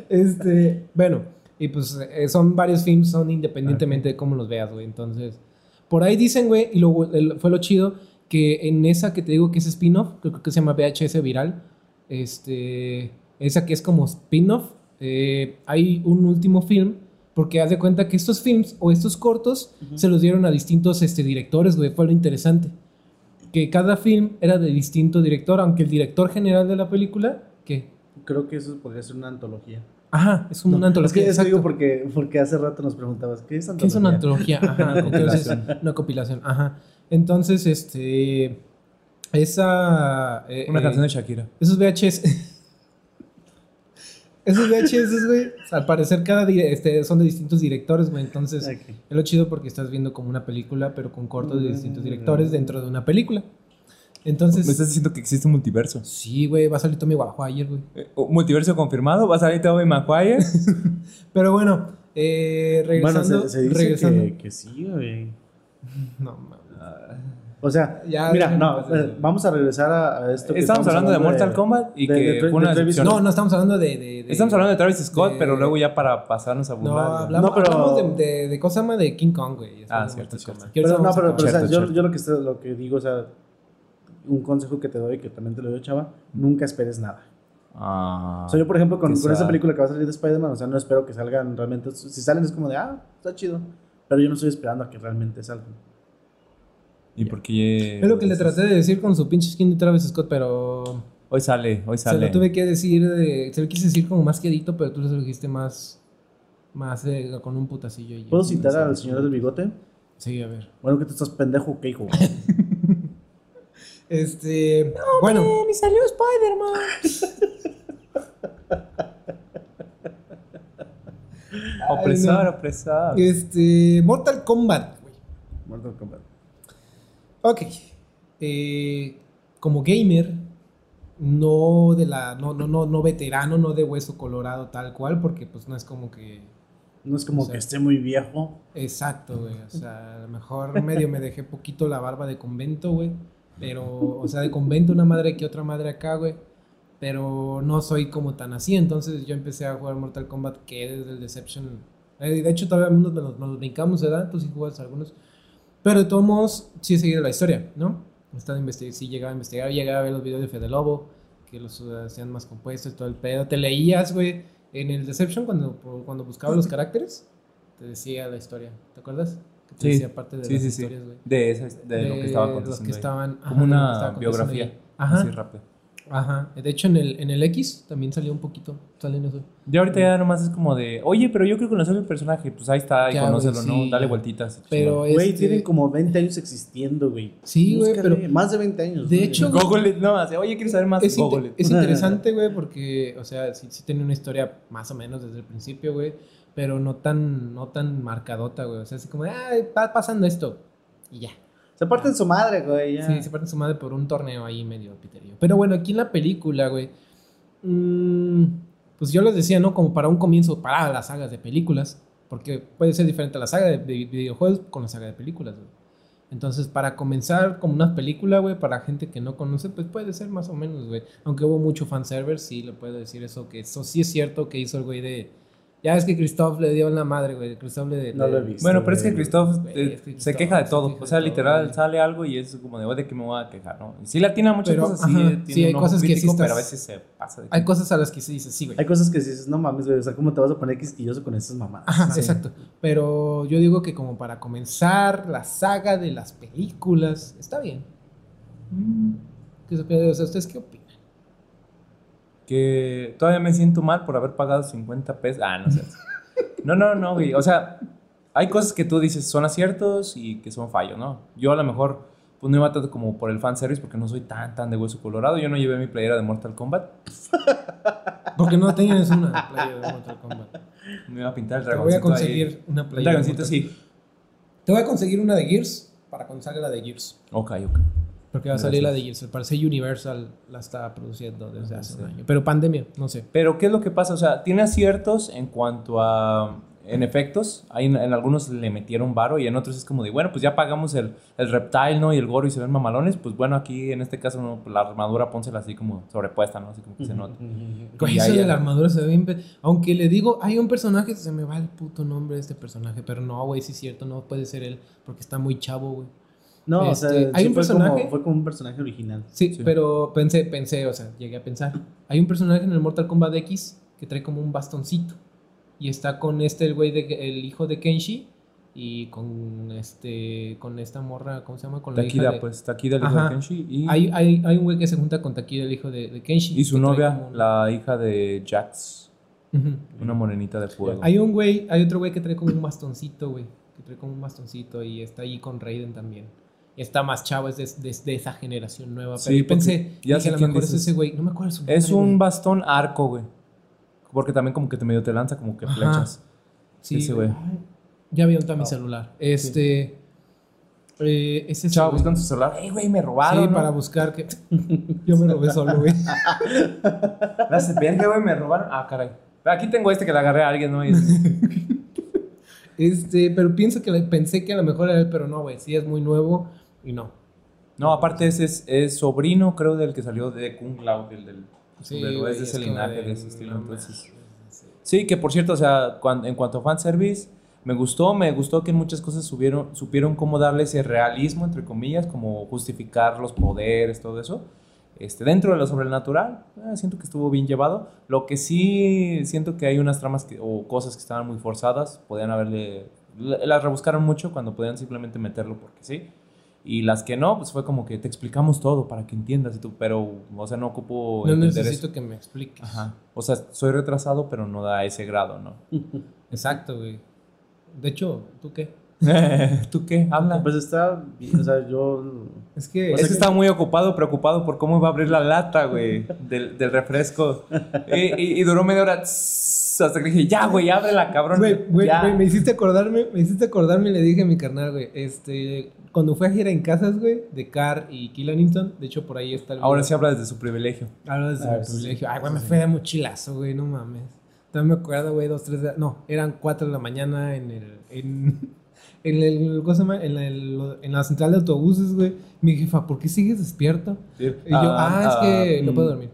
Este, bueno, y pues eh, son varios films, son
Ah.
independientemente de cómo los veas, güey. Entonces, por ahí dicen, güey, y lo- el- fue lo chido, que en esa que te digo que es spin-off, creo que se llama VHS Viral, este, esa que es como spin-off, eh, hay un último film, porque haz de cuenta que estos films o estos cortos se los dieron a distintos este, directores, güey, fue lo interesante. Que cada film era de distinto director, aunque el director general de la película, que...
Creo que eso podría ser una antología.
Ajá, es una
Es
antología.
que eso digo
exacto.
porque, porque hace rato nos preguntabas, ¿qué es
¿Qué
antología?
es una antología? Ajá, entonces,
compilación.
una compilación, ajá. Entonces, este. Esa. eh,
Una
eh,
canción de Shakira.
Esos VHS. esos VHS, güey. Al parecer, cada di- este, son de distintos directores, güey. Entonces, es
Ah, Ok.
lo chido porque estás viendo como una película, pero con cortos de distintos directores dentro de una película.
Me
Entonces.
estás diciendo que existe un multiverso.
Sí, güey, va a salir Tommy Guajo ayer, güey.
Eh, Multiverso confirmado, va a salir Tobey Maguire.
Pero bueno, eh,
Bueno,
regresando.
se, se dice
regresando.
que, que sí, güey.
No, mames.
O sea,
Ya,
mira,
dejen
no,
en paz,
eh, vamos a regresar a, a esto. que
Estamos hablando de Mortal Kombat y
de-
que
de Tra-
fue una
de Travis
decepción.
No, no estamos hablando de. de- de-
Estamos hablando de Travis Scott,
de-
pero luego ya para pasarnos a
No,
burlar. güey.
hablamos,
No, pero-
hablamos de, de, de cosa más de King Kong, güey. Después
Ah,
de
cierto,
Mortal
cierto.
Kombat.
Pero, no,
Ahorita
pero,
vamos
pero,
a
o sea,
acabar.
Cierto,
yo, yo lo, que, estoy- lo que digo, o sea, un consejo que te doy, que también te lo doy, chava, nunca esperes nada.
Ah,
o sea, yo, por ejemplo, con,
qué
con esa
sad.
película que va a salir de Spider-Man, o sea, no espero que salgan realmente. Si salen es como de, ah, está chido. Pero yo no estoy esperando a que realmente salgan.
¿Y por qué?
Es lo que le traté de decir con su pinche skin de Travis Scott, pero
Hoy sale, hoy
se
sale.
lo tuve que decir, de- se lo quise decir como más quedito, pero tú se lo dijiste más, más eh, con un putacillo. y-
¿Puedo citar al
Sí,
señor del bigote?
Sí, a ver.
Bueno, que tú estás pendejo, ¿qué hijo?
Este, bueno,
Me salió Spider-Man.
no.
Opresar, opresar.
Este, Mortal Kombat, güey.
Mortal Kombat.
Ok. Eh, como gamer, no de la, no, no, no, no veterano, no de hueso colorado tal cual, porque pues no es como que
No es como
Sí.
que esté muy viejo.
Exacto, güey. O sea, a lo mejor medio me dejé poquito la barba de convento, güey. Pero, o sea, de convento una madre aquí, otra madre acá, güey. Pero no soy como tan así. Entonces yo empecé a jugar Mortal Kombat que desde el Deception. eh, de hecho, todavía algunos nos, nos los brincamos, ¿verdad? Tú sí jugas algunos. Pero de todos modos, sí he seguido la historia, ¿no? He estado investi- sí llegaba a investigar, llegaba a ver los videos de Fede Lobo, que los eh, hacían más compuestos y todo el pedo. Te leías, güey, en el Deception cuando, cuando buscaba los caracteres te decía la historia, ¿te acuerdas? Que te
Sí,
decía parte de
sí,
las
sí, sí.
historias, güey.
De, esas- de lo que estaba
De los
aconteciendo.
que
ahí.
estaban, ajá, de lo
Como
que
una
estaba aconteciendo
biografía.
ahí. Ajá,
Así rápido.
ajá. De hecho, en el, en el X también salió un poquito, sale en eso.
Ya ahorita ya nomás es como de, oye, pero yo quiero conocer el personaje. Pues ahí está, y
Ya,
conócelo,
güey,
¿no?
sí,
Dale
ya.
vueltitas.
Pero
chingada.
Güey,
este,
tienen como 20 años existiendo, güey.
Sí, güey,
Búscale,
pero
Más de 20 años.
De
güey.
hecho,
Google it, no, así, oye, quiero saber más.
es, inte-
Google it.
es interesante, güey, porque, o sea, sí, sí tiene una historia más o menos desde el principio, güey, pero no tan, no tan marcadota, güey. O sea, así como, ah, va pasando esto y ya.
Se parten su madre, güey. ya.
Sí, se parten su madre por un torneo ahí medio piterío. Pero bueno, aquí en la película, güey. mm, pues yo les decía, ¿no? Como para un comienzo, para las sagas de películas. Porque puede ser diferente la saga de vi- videojuegos con la saga de películas, güey. Entonces, para comenzar como una película, güey, para gente que no conoce, pues puede ser más o menos, güey. Aunque hubo mucho fanserver, sí, le puedo decir eso, que eso sí es cierto que hizo el güey de... Ya es que Christoph le dio en la madre, güey. Christoph le...
No lo he
le-
visto.
Bueno, pero es que
güey.
Christoph
Este, Güey,
eh,
es que
se
Christoph
queja de
se
todo.
queja
O sea,
de todo,
literal,
güey.
sale algo y es como de, "Oye, ¿de qué me voy a quejar, no? Y sí la tiene a muchas
Pero,
cosas, sí,
ajá,
tiene
sí, hay
un ojo
cosas que sí
crítico, pero a
estás-
veces se pasa de
Hay cosas a las que se dice, sí, güey.
Hay cosas que dices, no mames, güey. O sea, ¿cómo te vas a poner quisquilloso con esas mamadas?
Ajá, exacto. Pero yo digo que como para comenzar la saga de las películas, está bien. Mm. ¿Qué se opina? O sea, ¿ustedes qué opinan?
que todavía me siento mal por haber pagado 50 pesos. Ah, no sé. No, no, no, güey. O sea, hay cosas que tú dices son aciertos y que son fallos, ¿no? Yo a lo mejor pues no iba tanto como por el fanservice porque no soy tan, tan de hueso colorado. Yo no llevé mi playera de Mortal Kombat.
Porque no tenías una playa de Mortal Kombat.
Me iba a pintar el
Te voy
dragoncito
a conseguir
ahí.
una
El
playa. de
dragoncito,
Mortal-
sí.
Te voy a conseguir una de Gears para cuando salga la de Gears.
Ok, ok.
Porque va a salir
Gracias.
la de Gears. Al parecer Universal la está produciendo desde hace un
Sí.
año. Pero pandemia, no sé.
Pero, ¿qué es lo que pasa? O sea, tiene aciertos en cuanto a. En efectos, Ahí en, en algunos le metieron varo y en otros es como de, bueno, pues ya pagamos el, el reptile, ¿no? Y el goro y se ven mamalones. Pues bueno, aquí en este caso, no, la armadura pónsela así como sobrepuesta, ¿no? Así como que se nota.
Güey,
Y
eso
ahí-
de la armadura se ve bien. pe- Aunque le digo, hay un personaje, se me va el puto nombre de este personaje. Pero no, güey, sí es cierto, no puede ser él. Porque está muy chavo, güey.
No,
Este,
o sea,
hay
sí
un
fue como-
personaje-
fue como un personaje original.
Sí,
Sí.
pero pensé, pensé, o sea, llegué a pensar. Hay un personaje en el Mortal Kombat X que trae como un bastoncito. Y está con este, el güey, de, el hijo de Kenshi. Y con este, con esta morra, ¿cómo se llama? Con la hija
Takida,
de-
pues, Takida, el hijo
Ajá.
de Kenshi. Y,
Hay, hay, hay un güey que se junta con Takira, el hijo de, de Kenshi.
y su
que trae
novia,
como un-
la hija de Jax,
Ujú.
una morenita de fuego.
Hay un güey, hay otro güey que trae como un bastoncito, güey. Que trae como un bastoncito y está ahí con Raiden también. Y está más chavo, es de, de- de esa generación nueva. Pero
Sí,
yo pensé,
porque ya
dije,
sé
a lo
quién
mejor es
dices.
ese güey. No me acuerdo su
Es
nombre,
un
güey.
bastón arco, güey. Porque también como que te medio te lanza como que
Ajá.
flechas.
Sí,
ese
güey.
güey.
Ya vieron también mi
Ah.
celular. Este. eh, es ese
Chavo,
güey.
buscan su celular. ¡Ey, güey, me
Sí,
robaron! ¿no?
para buscar que. Yo me robé solo, güey.
La verga, güey, me robaron. Ah, caray. Aquí tengo este que le agarré a alguien, ¿no? Y es-
Este, pero pienso que le- pensé que a lo mejor era él, pero no, güey. Sí, es muy nuevo y no.
No, aparte ese es, es sobrino, creo, del que salió de Kung Lao, del del...
Sí,
del-
güey,
es de ese
como
linaje,
de,
de ese estilo,
no
entonces.
mames, sí.
Sí, que por cierto, o sea, cuan- en cuanto a fanservice, me gustó, me gustó que en muchas cosas subieron, supieron cómo darle ese realismo, entre comillas, como justificar los poderes, todo eso. Este, dentro de lo sobrenatural, eh, siento que estuvo bien llevado. Lo que sí siento que hay unas tramas que- o cosas que estaban muy forzadas, podían haberle... la- Las rebuscaron mucho cuando podían simplemente meterlo porque sí. Y las que no, pues fue como que te explicamos todo para que entiendas y tú, pero, o sea, no ocupo...
No
entender eso.
necesito que me expliques.
Ajá. O sea, soy retrasado, pero no da ese grado, ¿no?
Exacto, güey. De hecho, ¿tú qué?
¿Tú qué? Habla.
Ah. Pues,
Pues está, bien, o sea, yo
Es que.
Es que estaba muy ocupado, preocupado por cómo iba a abrir la lata, güey, del, del refresco. Y, y- y duró media hora tss, hasta que dije, ya, güey, abre la cabrón.
Güey, güey,
ya.
güey, me hiciste acordarme, me hiciste acordarme y le dije a mi carnal, güey, este, cuando fue a gira en casas, güey, de Carr y Kill Aniston, de hecho por ahí está el
Ahora
video.
sí habla desde su privilegio.
Hablo desde
Ah,
mi
sí.
privilegio. Ay, güey, me fue de mochilazo, güey, no mames. También me acuerdo, güey, dos, tres de la- No, eran cuatro de la mañana en el... En, en el... ¿Cómo se llama? En, el- en la central de autobuses, güey. Mi jefa, ¿por qué sigues despierto? Y yo, ah, es que no
mm.
puedo dormir.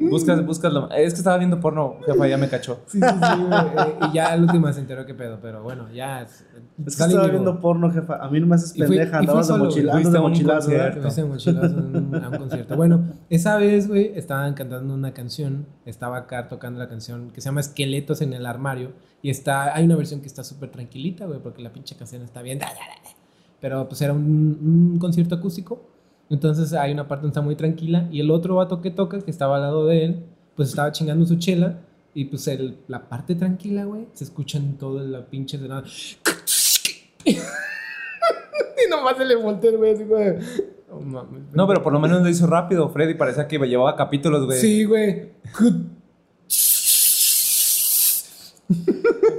Buscas, buscas la- Es que estaba viendo porno, jefa, ya me cachó.
Sí, sí, sí, güey. Eh, y ya al último se enteró qué pedo, pero bueno, ya... Es
Es que
sale
estaba
vivo.
viendo porno, jefa. A mí no me haces
Y fui-
pendeja.
y fui
Andabas de
solo,
mochila-
güey.
andas
Fuiste
de
a un
mochilazo, ¿verdad?
Que me hice mochilazo en un- a un concierto. Bueno, esa vez, güey, estaban cantando una canción. Estaba acá tocando la canción que se llama Esqueletos en el armario. Y está, hay una versión que está súper tranquilita, güey, porque la pinche canción está bien. da, da, da, da. Pero pues era un, un concierto acústico. Entonces hay una parte donde está muy tranquila. Y el otro vato que toca, que estaba al lado de él, pues estaba chingando su chela. Y pues el- la parte tranquila, güey, se escucha en toda la pinche de nada. y nomás se le voltea el güey así, güey. No mames.
No, pero pues, por lo menos lo hizo rápido. Freddy parecía que llevaba capítulos, güey.
Sí, güey.
Pues,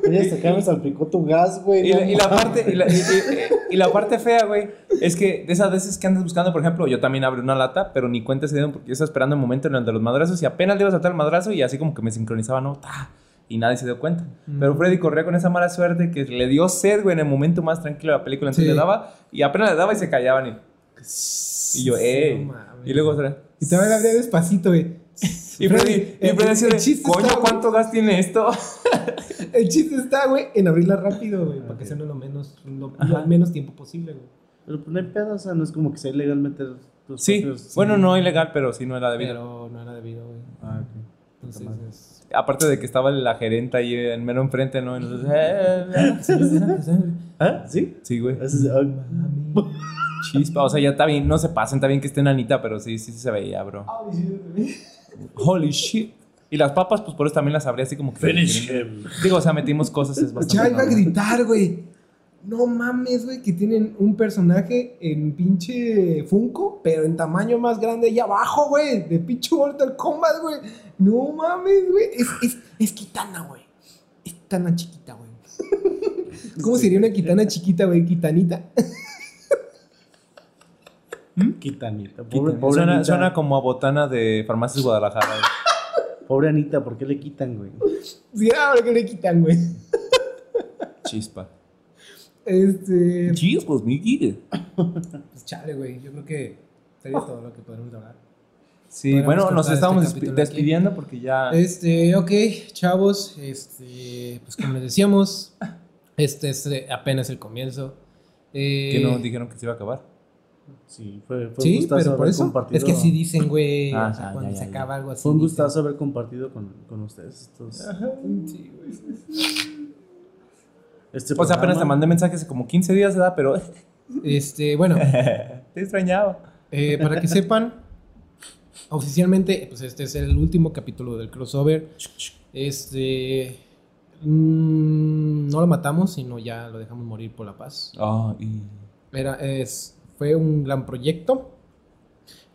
Oye, este hasta acá me salpicó tu gas, güey.
Y la,
no
y la
mames.
parte, y, la, y- y- y la parte fea, güey, es que de esas veces que andas buscando, por ejemplo, yo también abrí una lata, pero ni cuenta se dieron porque yo estaba esperando el momento en el de los madrazos y apenas le iba a saltar el madrazo y así como que me sincronizaba, ¿no? Ta, y nadie se dio cuenta.
Mm.
Pero Freddy corría con esa mala suerte que le dio sed, güey, en el momento más tranquilo de la película. Entonces
Sí.
le daba y apenas le daba y se callaban y, y yo, ¡eh!
No mames.
y luego otra.
Y te va a abrir despacito, güey.
Y Freddy, y
el-
Freddy así de,
el chiste
coño,
está, güey,
¿cuánto gas tiene esto?
El chiste está, güey, en abrirla rápido, güey, para que
Ok.
sea lo menos, lo, lo
Ajá.
menos tiempo posible, güey.
Pero pues, no hay pedo, o sea, no es como que sea ilegal meter tus
Sí,
propios-
bueno, no ilegal, pero sí no era debido.
Pero no era debido, güey.
Ah, ok.
Entonces,
madre.
es...
Aparte de que estaba la gerente ahí en mero enfrente, ¿no? Entonces, eh, eh, eh.
pues,
¿Ah? ¿Sí?
sí, güey.
Ese es- ah,
Chispa, o sea, ya está bien, no se pasen, está bien que esté nanita, pero sí, sí, sí se veía, bro. Holy shit. Y las papas, pues por eso también las abrí así como que.
him.
Digo, o sea, metimos cosas, es
Ya
bastante.
iba a
normal.
gritar, güey. No mames, güey, que tienen un personaje en pinche Funko, pero en tamaño más grande y abajo, güey. De pinche Mortal Kombat, güey. No mames, güey. Es, es, es Kitana, güey. Es Kitana chiquita, güey. ¿Cómo sería una Kitana chiquita, güey? Kitanita.
Quitanita.
Quita-
Pobre, pobre
suena,
Anita.
suena como a botana de Farmacias Guadalajara. güey.
Pobre Anita, ¿por qué le quitan, güey?
Sí, ahora que le quitan, güey.
Chispa.
Este.
Chispas, mi guía.
Pues chale, güey. Yo creo que sería todo lo que podemos hablar.
Sí,
Podríamos
bueno, nos
cortar este
estábamos despi-
capítulo aquí.
despidiendo porque ya.
Este, ok, chavos, este, pues como les decíamos, este es eh, apenas el comienzo. Eh,
Que no dijeron que se iba a acabar.
Sí, fue, fue un
Sí,
gustazo
pero por
haber
eso
compartido.
es que así dicen, güey, o
Ah,
sea,
ah,
cuando
ya,
se
ya, ya.
acaba algo así.
Fue un
dicen.
gustazo haber compartido con, con ustedes estos.
Sí, güey.
Este
pues,
O sea, apenas
programa.
te mandé mensajes hace como 15 días, ¿verdad? Pero
Este, bueno,
te extrañaba.
eh, para que sepan, oficialmente, pues este es el último capítulo del crossover. Este, mm, no lo matamos, sino ya lo dejamos morir por la paz.
Ah, y...
Era, es, fue un gran proyecto,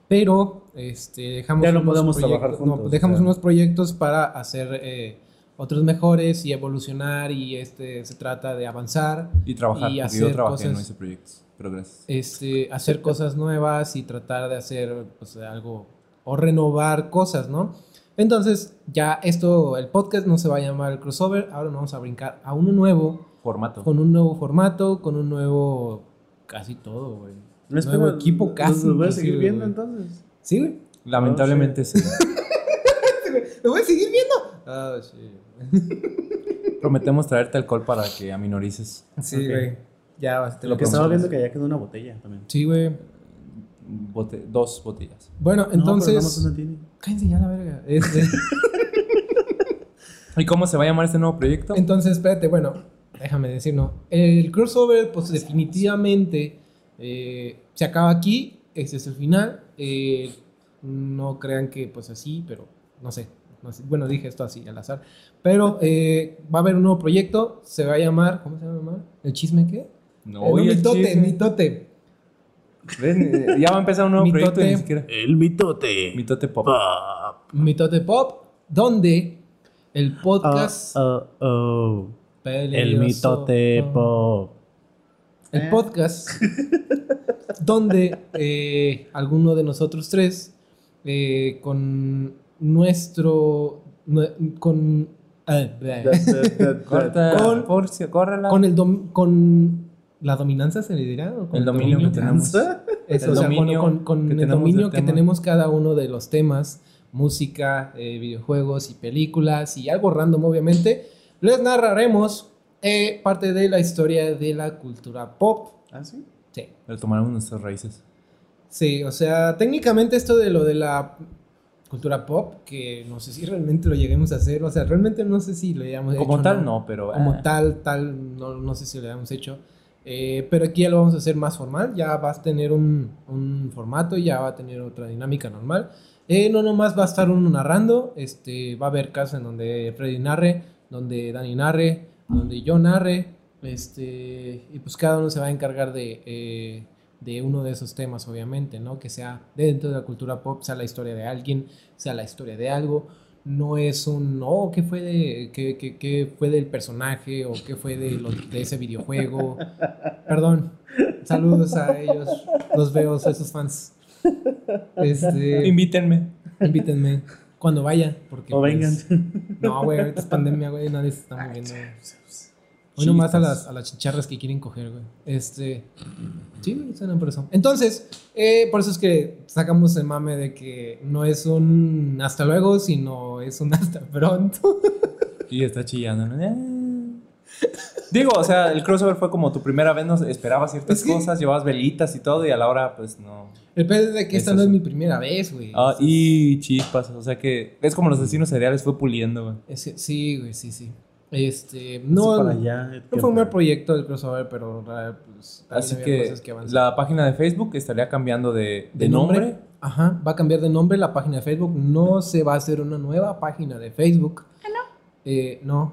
pero este, dejamos,
Ya no
unos
podemos
proyectos-
trabajar
no,
juntos,
dejamos
o sea.
unos proyectos para hacer eh, otros mejores y evolucionar y este, se trata de avanzar,
y trabajar,
Y
porque
hacer
yo trabajé, no
cosas-
hice proyectos. Pero gracias.
este, hacer cosas nuevas y tratar de hacer pues, algo o renovar cosas, ¿no? Entonces ya esto, el podcast no se va a llamar el crossover, ahora nos vamos a brincar a uno nuevo,
Formato.
con un nuevo formato, con un nuevo casi todo, güey.
No, espera,
Nuevo equipo
los-
casi.
Los voy a
inclusive,
seguir viendo
güey.
entonces.
Sí, güey.
Lamentablemente sí.
¿Lo voy a seguir viendo? Ah, sí.
Prometemos traerte alcohol para que aminorices.
Sí,
Ok.
güey. Ya vas, te
Lo
lo
Lo que
prometo.
prometo.
estaba viendo que allá quedó una botella también.
Sí, güey.
Bote- dos botellas.
Bueno,
No, pero nada
entonces.
más una tiene.
Cállense ya la verga. Este,
¿Y cómo se va a llamar este nuevo proyecto?
entonces, espérate, bueno, déjame decir, no. El crossover, pues definitivamente eh, se acaba aquí. Este es el final. Eh, no crean que, pues así, pero no sé. no sé. Bueno, dije esto así al azar. Pero eh, va a haber un nuevo proyecto. Se va a llamar. ¿Cómo se va a llamar? ¿El chisme qué?
No,
Eh, No,
y el
mitote,
chisme.
mitote.
Ven, eh, ya va a empezar un nuevo
Mitote.
proyecto y ni siquiera.
El mitote.
Mitote Pop.
Pop.
Mitote Pop, donde el podcast.
Oh, oh, oh. El
peligroso
mitote
pop.
pop.
El podcast donde eh, alguno de nosotros tres, eh, con nuestro. nue- con. ah, blah.
Corta.
Con-
Porcio, córrela.
con el dom- con la dominancia se le dirá ¿O con
el dominio que tenemos.
Eso,
El
o sea, con-
dominio
con, con
que
el
tenemos
dominio
del
que
tema.
tenemos cada uno de los temas música eh, videojuegos y películas y algo random obviamente les narraremos eh, parte de la historia de la cultura pop
¿Ah, sí?
sí
tomaremos nuestras raíces.
Sí, o sea, técnicamente esto de lo de la cultura pop, que no sé si realmente lo lleguemos a hacer, o sea, realmente no sé si lo hayamos hecho.
Como tal, no, pero.
Como
ah,
tal, tal, no, no sé si lo hayamos hecho. Eh, pero aquí ya lo vamos a hacer más formal, ya vas a tener un, un formato, ya va a tener otra dinámica normal. Eh, no nomás va a estar uno narrando, este, va a haber casos en donde Freddy narre, donde Dani narre, donde yo narre, este, y pues cada uno se va a encargar de, eh, de uno de esos temas, obviamente, ¿no? Que sea dentro de la cultura pop, sea la historia de alguien, sea la historia de algo, no es un, no, ¿qué fue, de, qué, qué- qué fue del personaje o qué fue de, lo- de ese videojuego? Perdón, saludos a ellos, los veo, soy sus fans. Este,
Invítenme.
invítenme cuando vaya, porque...
O
pues,
vengan.
no, güey, ahorita es pandemia, güey, nadie se está moviendo. güey. Hoy nomás a las, a las chicharras que quieren coger, güey. Este. Sí, güey, suena por eso. Entonces, eh, por eso es que sacamos el mame de que no es un hasta luego, sino es un hasta pronto.
Y está chillando. ¿no? Ah. Digo, o sea, el crossover fue como tu primera vez, no sé, esperabas ciertas
Es que-
cosas, llevabas velitas y todo, y a la hora, pues no.
El pedo es de que esta
Eso
no es
sí.
mi primera vez, güey.
Ah, y chispas, o sea que es como los asesinos cereales, fue puliendo, güey.
Es que- sí, güey, sí, sí. Este.
No,
No,
para
no
allá.
fue un mal proyecto del crossover, pero. ah, Pues, también
Así
había
que
cosas avanzaban.
la página de Facebook estaría cambiando de,
de nombre. Ajá, va a cambiar de nombre la página de Facebook. No se va a hacer una nueva página de Facebook. Eh, no,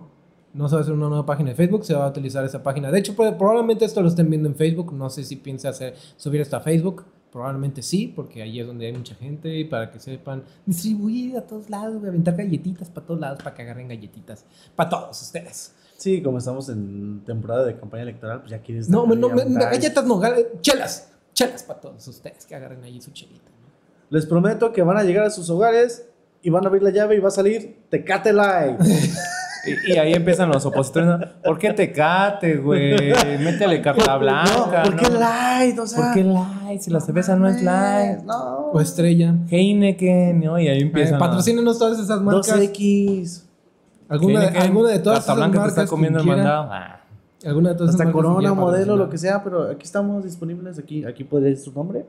no se va a hacer una nueva página de Facebook, se va a utilizar esa página. De hecho, pro- probablemente esto lo estén viendo en Facebook. No sé si piensa hacer, subir esto a Facebook. Probablemente sí, porque ahí es donde hay mucha gente. Y para que sepan, distribuir a todos lados, güey, aventar galletitas para todos lados, para que agarren galletitas. Para todos ustedes.
Sí, como estamos en temporada de campaña electoral, pues ya quieres.
No,
darle
no,
y
no,
aventar.
galletas no, gal- chelas. Chelas para todos ustedes que agarren ahí su chelita. ¿no?
Les prometo que van a llegar a sus hogares y van a abrir la llave y va a salir Tecate Light.
Y, y ahí empiezan los opositores. ¿no? ¿Por qué te cate, güey? Métele carta blanca.
¿Por qué
¿no?
Light? O sea,
¿Por qué light? Si la cerveza no es light. Pues,
No.
O estrella.
Heineken, ¿no? Y ahí empiezan.
Eh,
a-
patrocínenos todas esas marcas.
2X.
Alguna, de-
Heineken,
alguna de todas
Carta
esas
blanca
marcas.
te está comiendo el
quien quiera,
mandado. Ah.
Alguna de todas esas
Hasta
marcas
Corona,
quien quiera
modelo, lo que
patrocinar.
sea, pero aquí estamos disponibles. Aquí, aquí podría decir su nombre.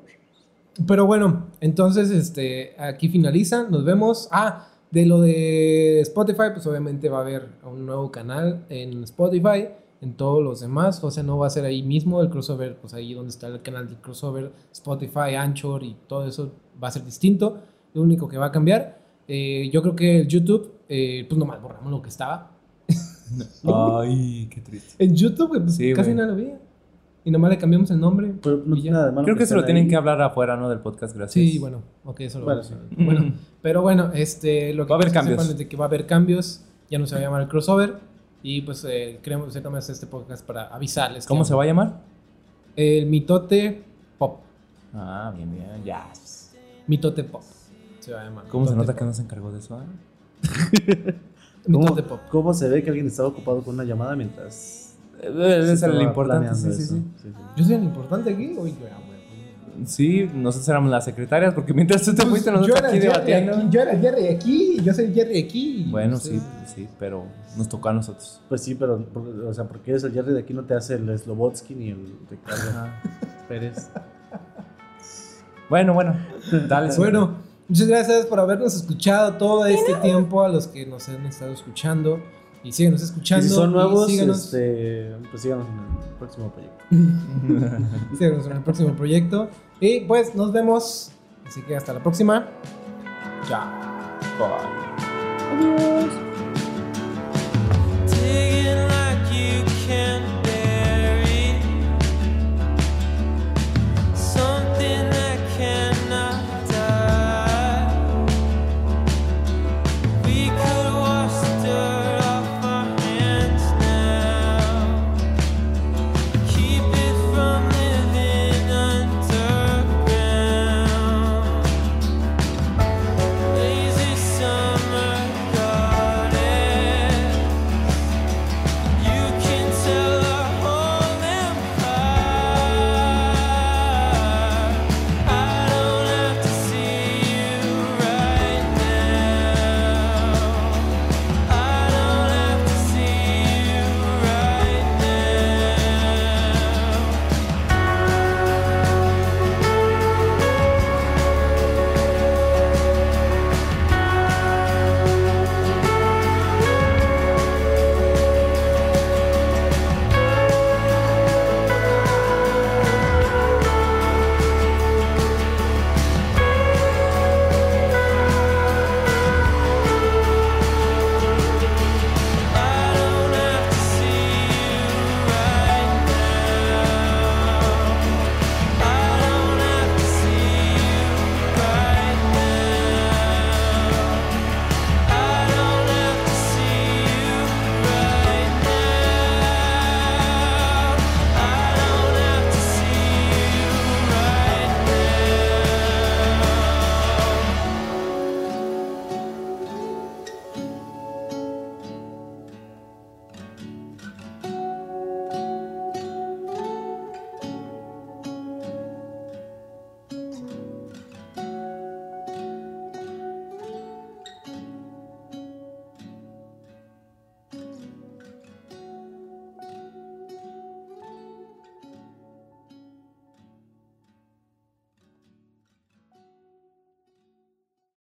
Pero bueno, entonces este aquí finaliza. Nos vemos. Ah, de lo de Spotify, pues obviamente va a haber un nuevo canal en Spotify. En todos los demás, o sea, no va a ser ahí mismo el crossover, pues ahí donde está el canal del crossover, Spotify, Anchor y todo eso va a ser distinto. Lo único que va a cambiar, eh, yo creo que el YouTube, eh, pues nomás borramos lo que estaba,
Ay, qué triste.
En YouTube, güey, pues
Sí,
casi
güey. Pues,
nada lo veía. Y nomás le cambiamos el nombre.
Pero no
Y
tiene
ya.
nada de malo
Creo que se lo
estén
tienen
ahí.
que hablar afuera, ¿no? Del podcast, gracias.
Sí, bueno, ok, eso lo
Bueno,
vamos
sí.
a- bueno, pero bueno, este, lo que
Va a haber
quiero que
cambios.
sepan es de que va a haber cambios, ya no se va a llamar el crossover y pues eh, queremos hacer nomás este podcast para avisarles.
¿Cómo
que-
se va a llamar?
El mitote pop,
Ah, bien, bien, ya.
mitote pop. Se va a llamar.
¿Cómo se
Mitote
nota que
Pop.
no se encargó de eso? ah?
Mitote pop.
¿Cómo, ¿Cómo se ve que alguien estaba ocupado con una llamada mientras.
Eh, Es
se
el
estaba
importante, sí,
planeando
sí,
eso?
sí.
Sí, sí.
Yo soy el importante aquí, oye, yo era, güey.
Sí, nosotros éramos las secretarias porque mientras tú te fuiste nosotros aquí debatiendo.
yo era Jerry aquí, yo soy Jerry aquí. y
Bueno,
ustedes-
sí, sí, pero nos tocó a nosotros.
Pues sí, pero, por- o sea, porque eres el Jerry de aquí no te hace el Slobotsky ni el Ricardo Pérez.
Bueno, bueno, dale.
Bueno, muchas gracias por habernos escuchado todo este tiempo, a los que nos han estado escuchando y síguenos
Y
escuchando.
si son
y
nuevos,
síganos,
este, pues síganos en el próximo proyecto.
síganos en el próximo proyecto. Y pues nos vemos. Así que hasta la próxima. Chao.
Bye.
Adiós.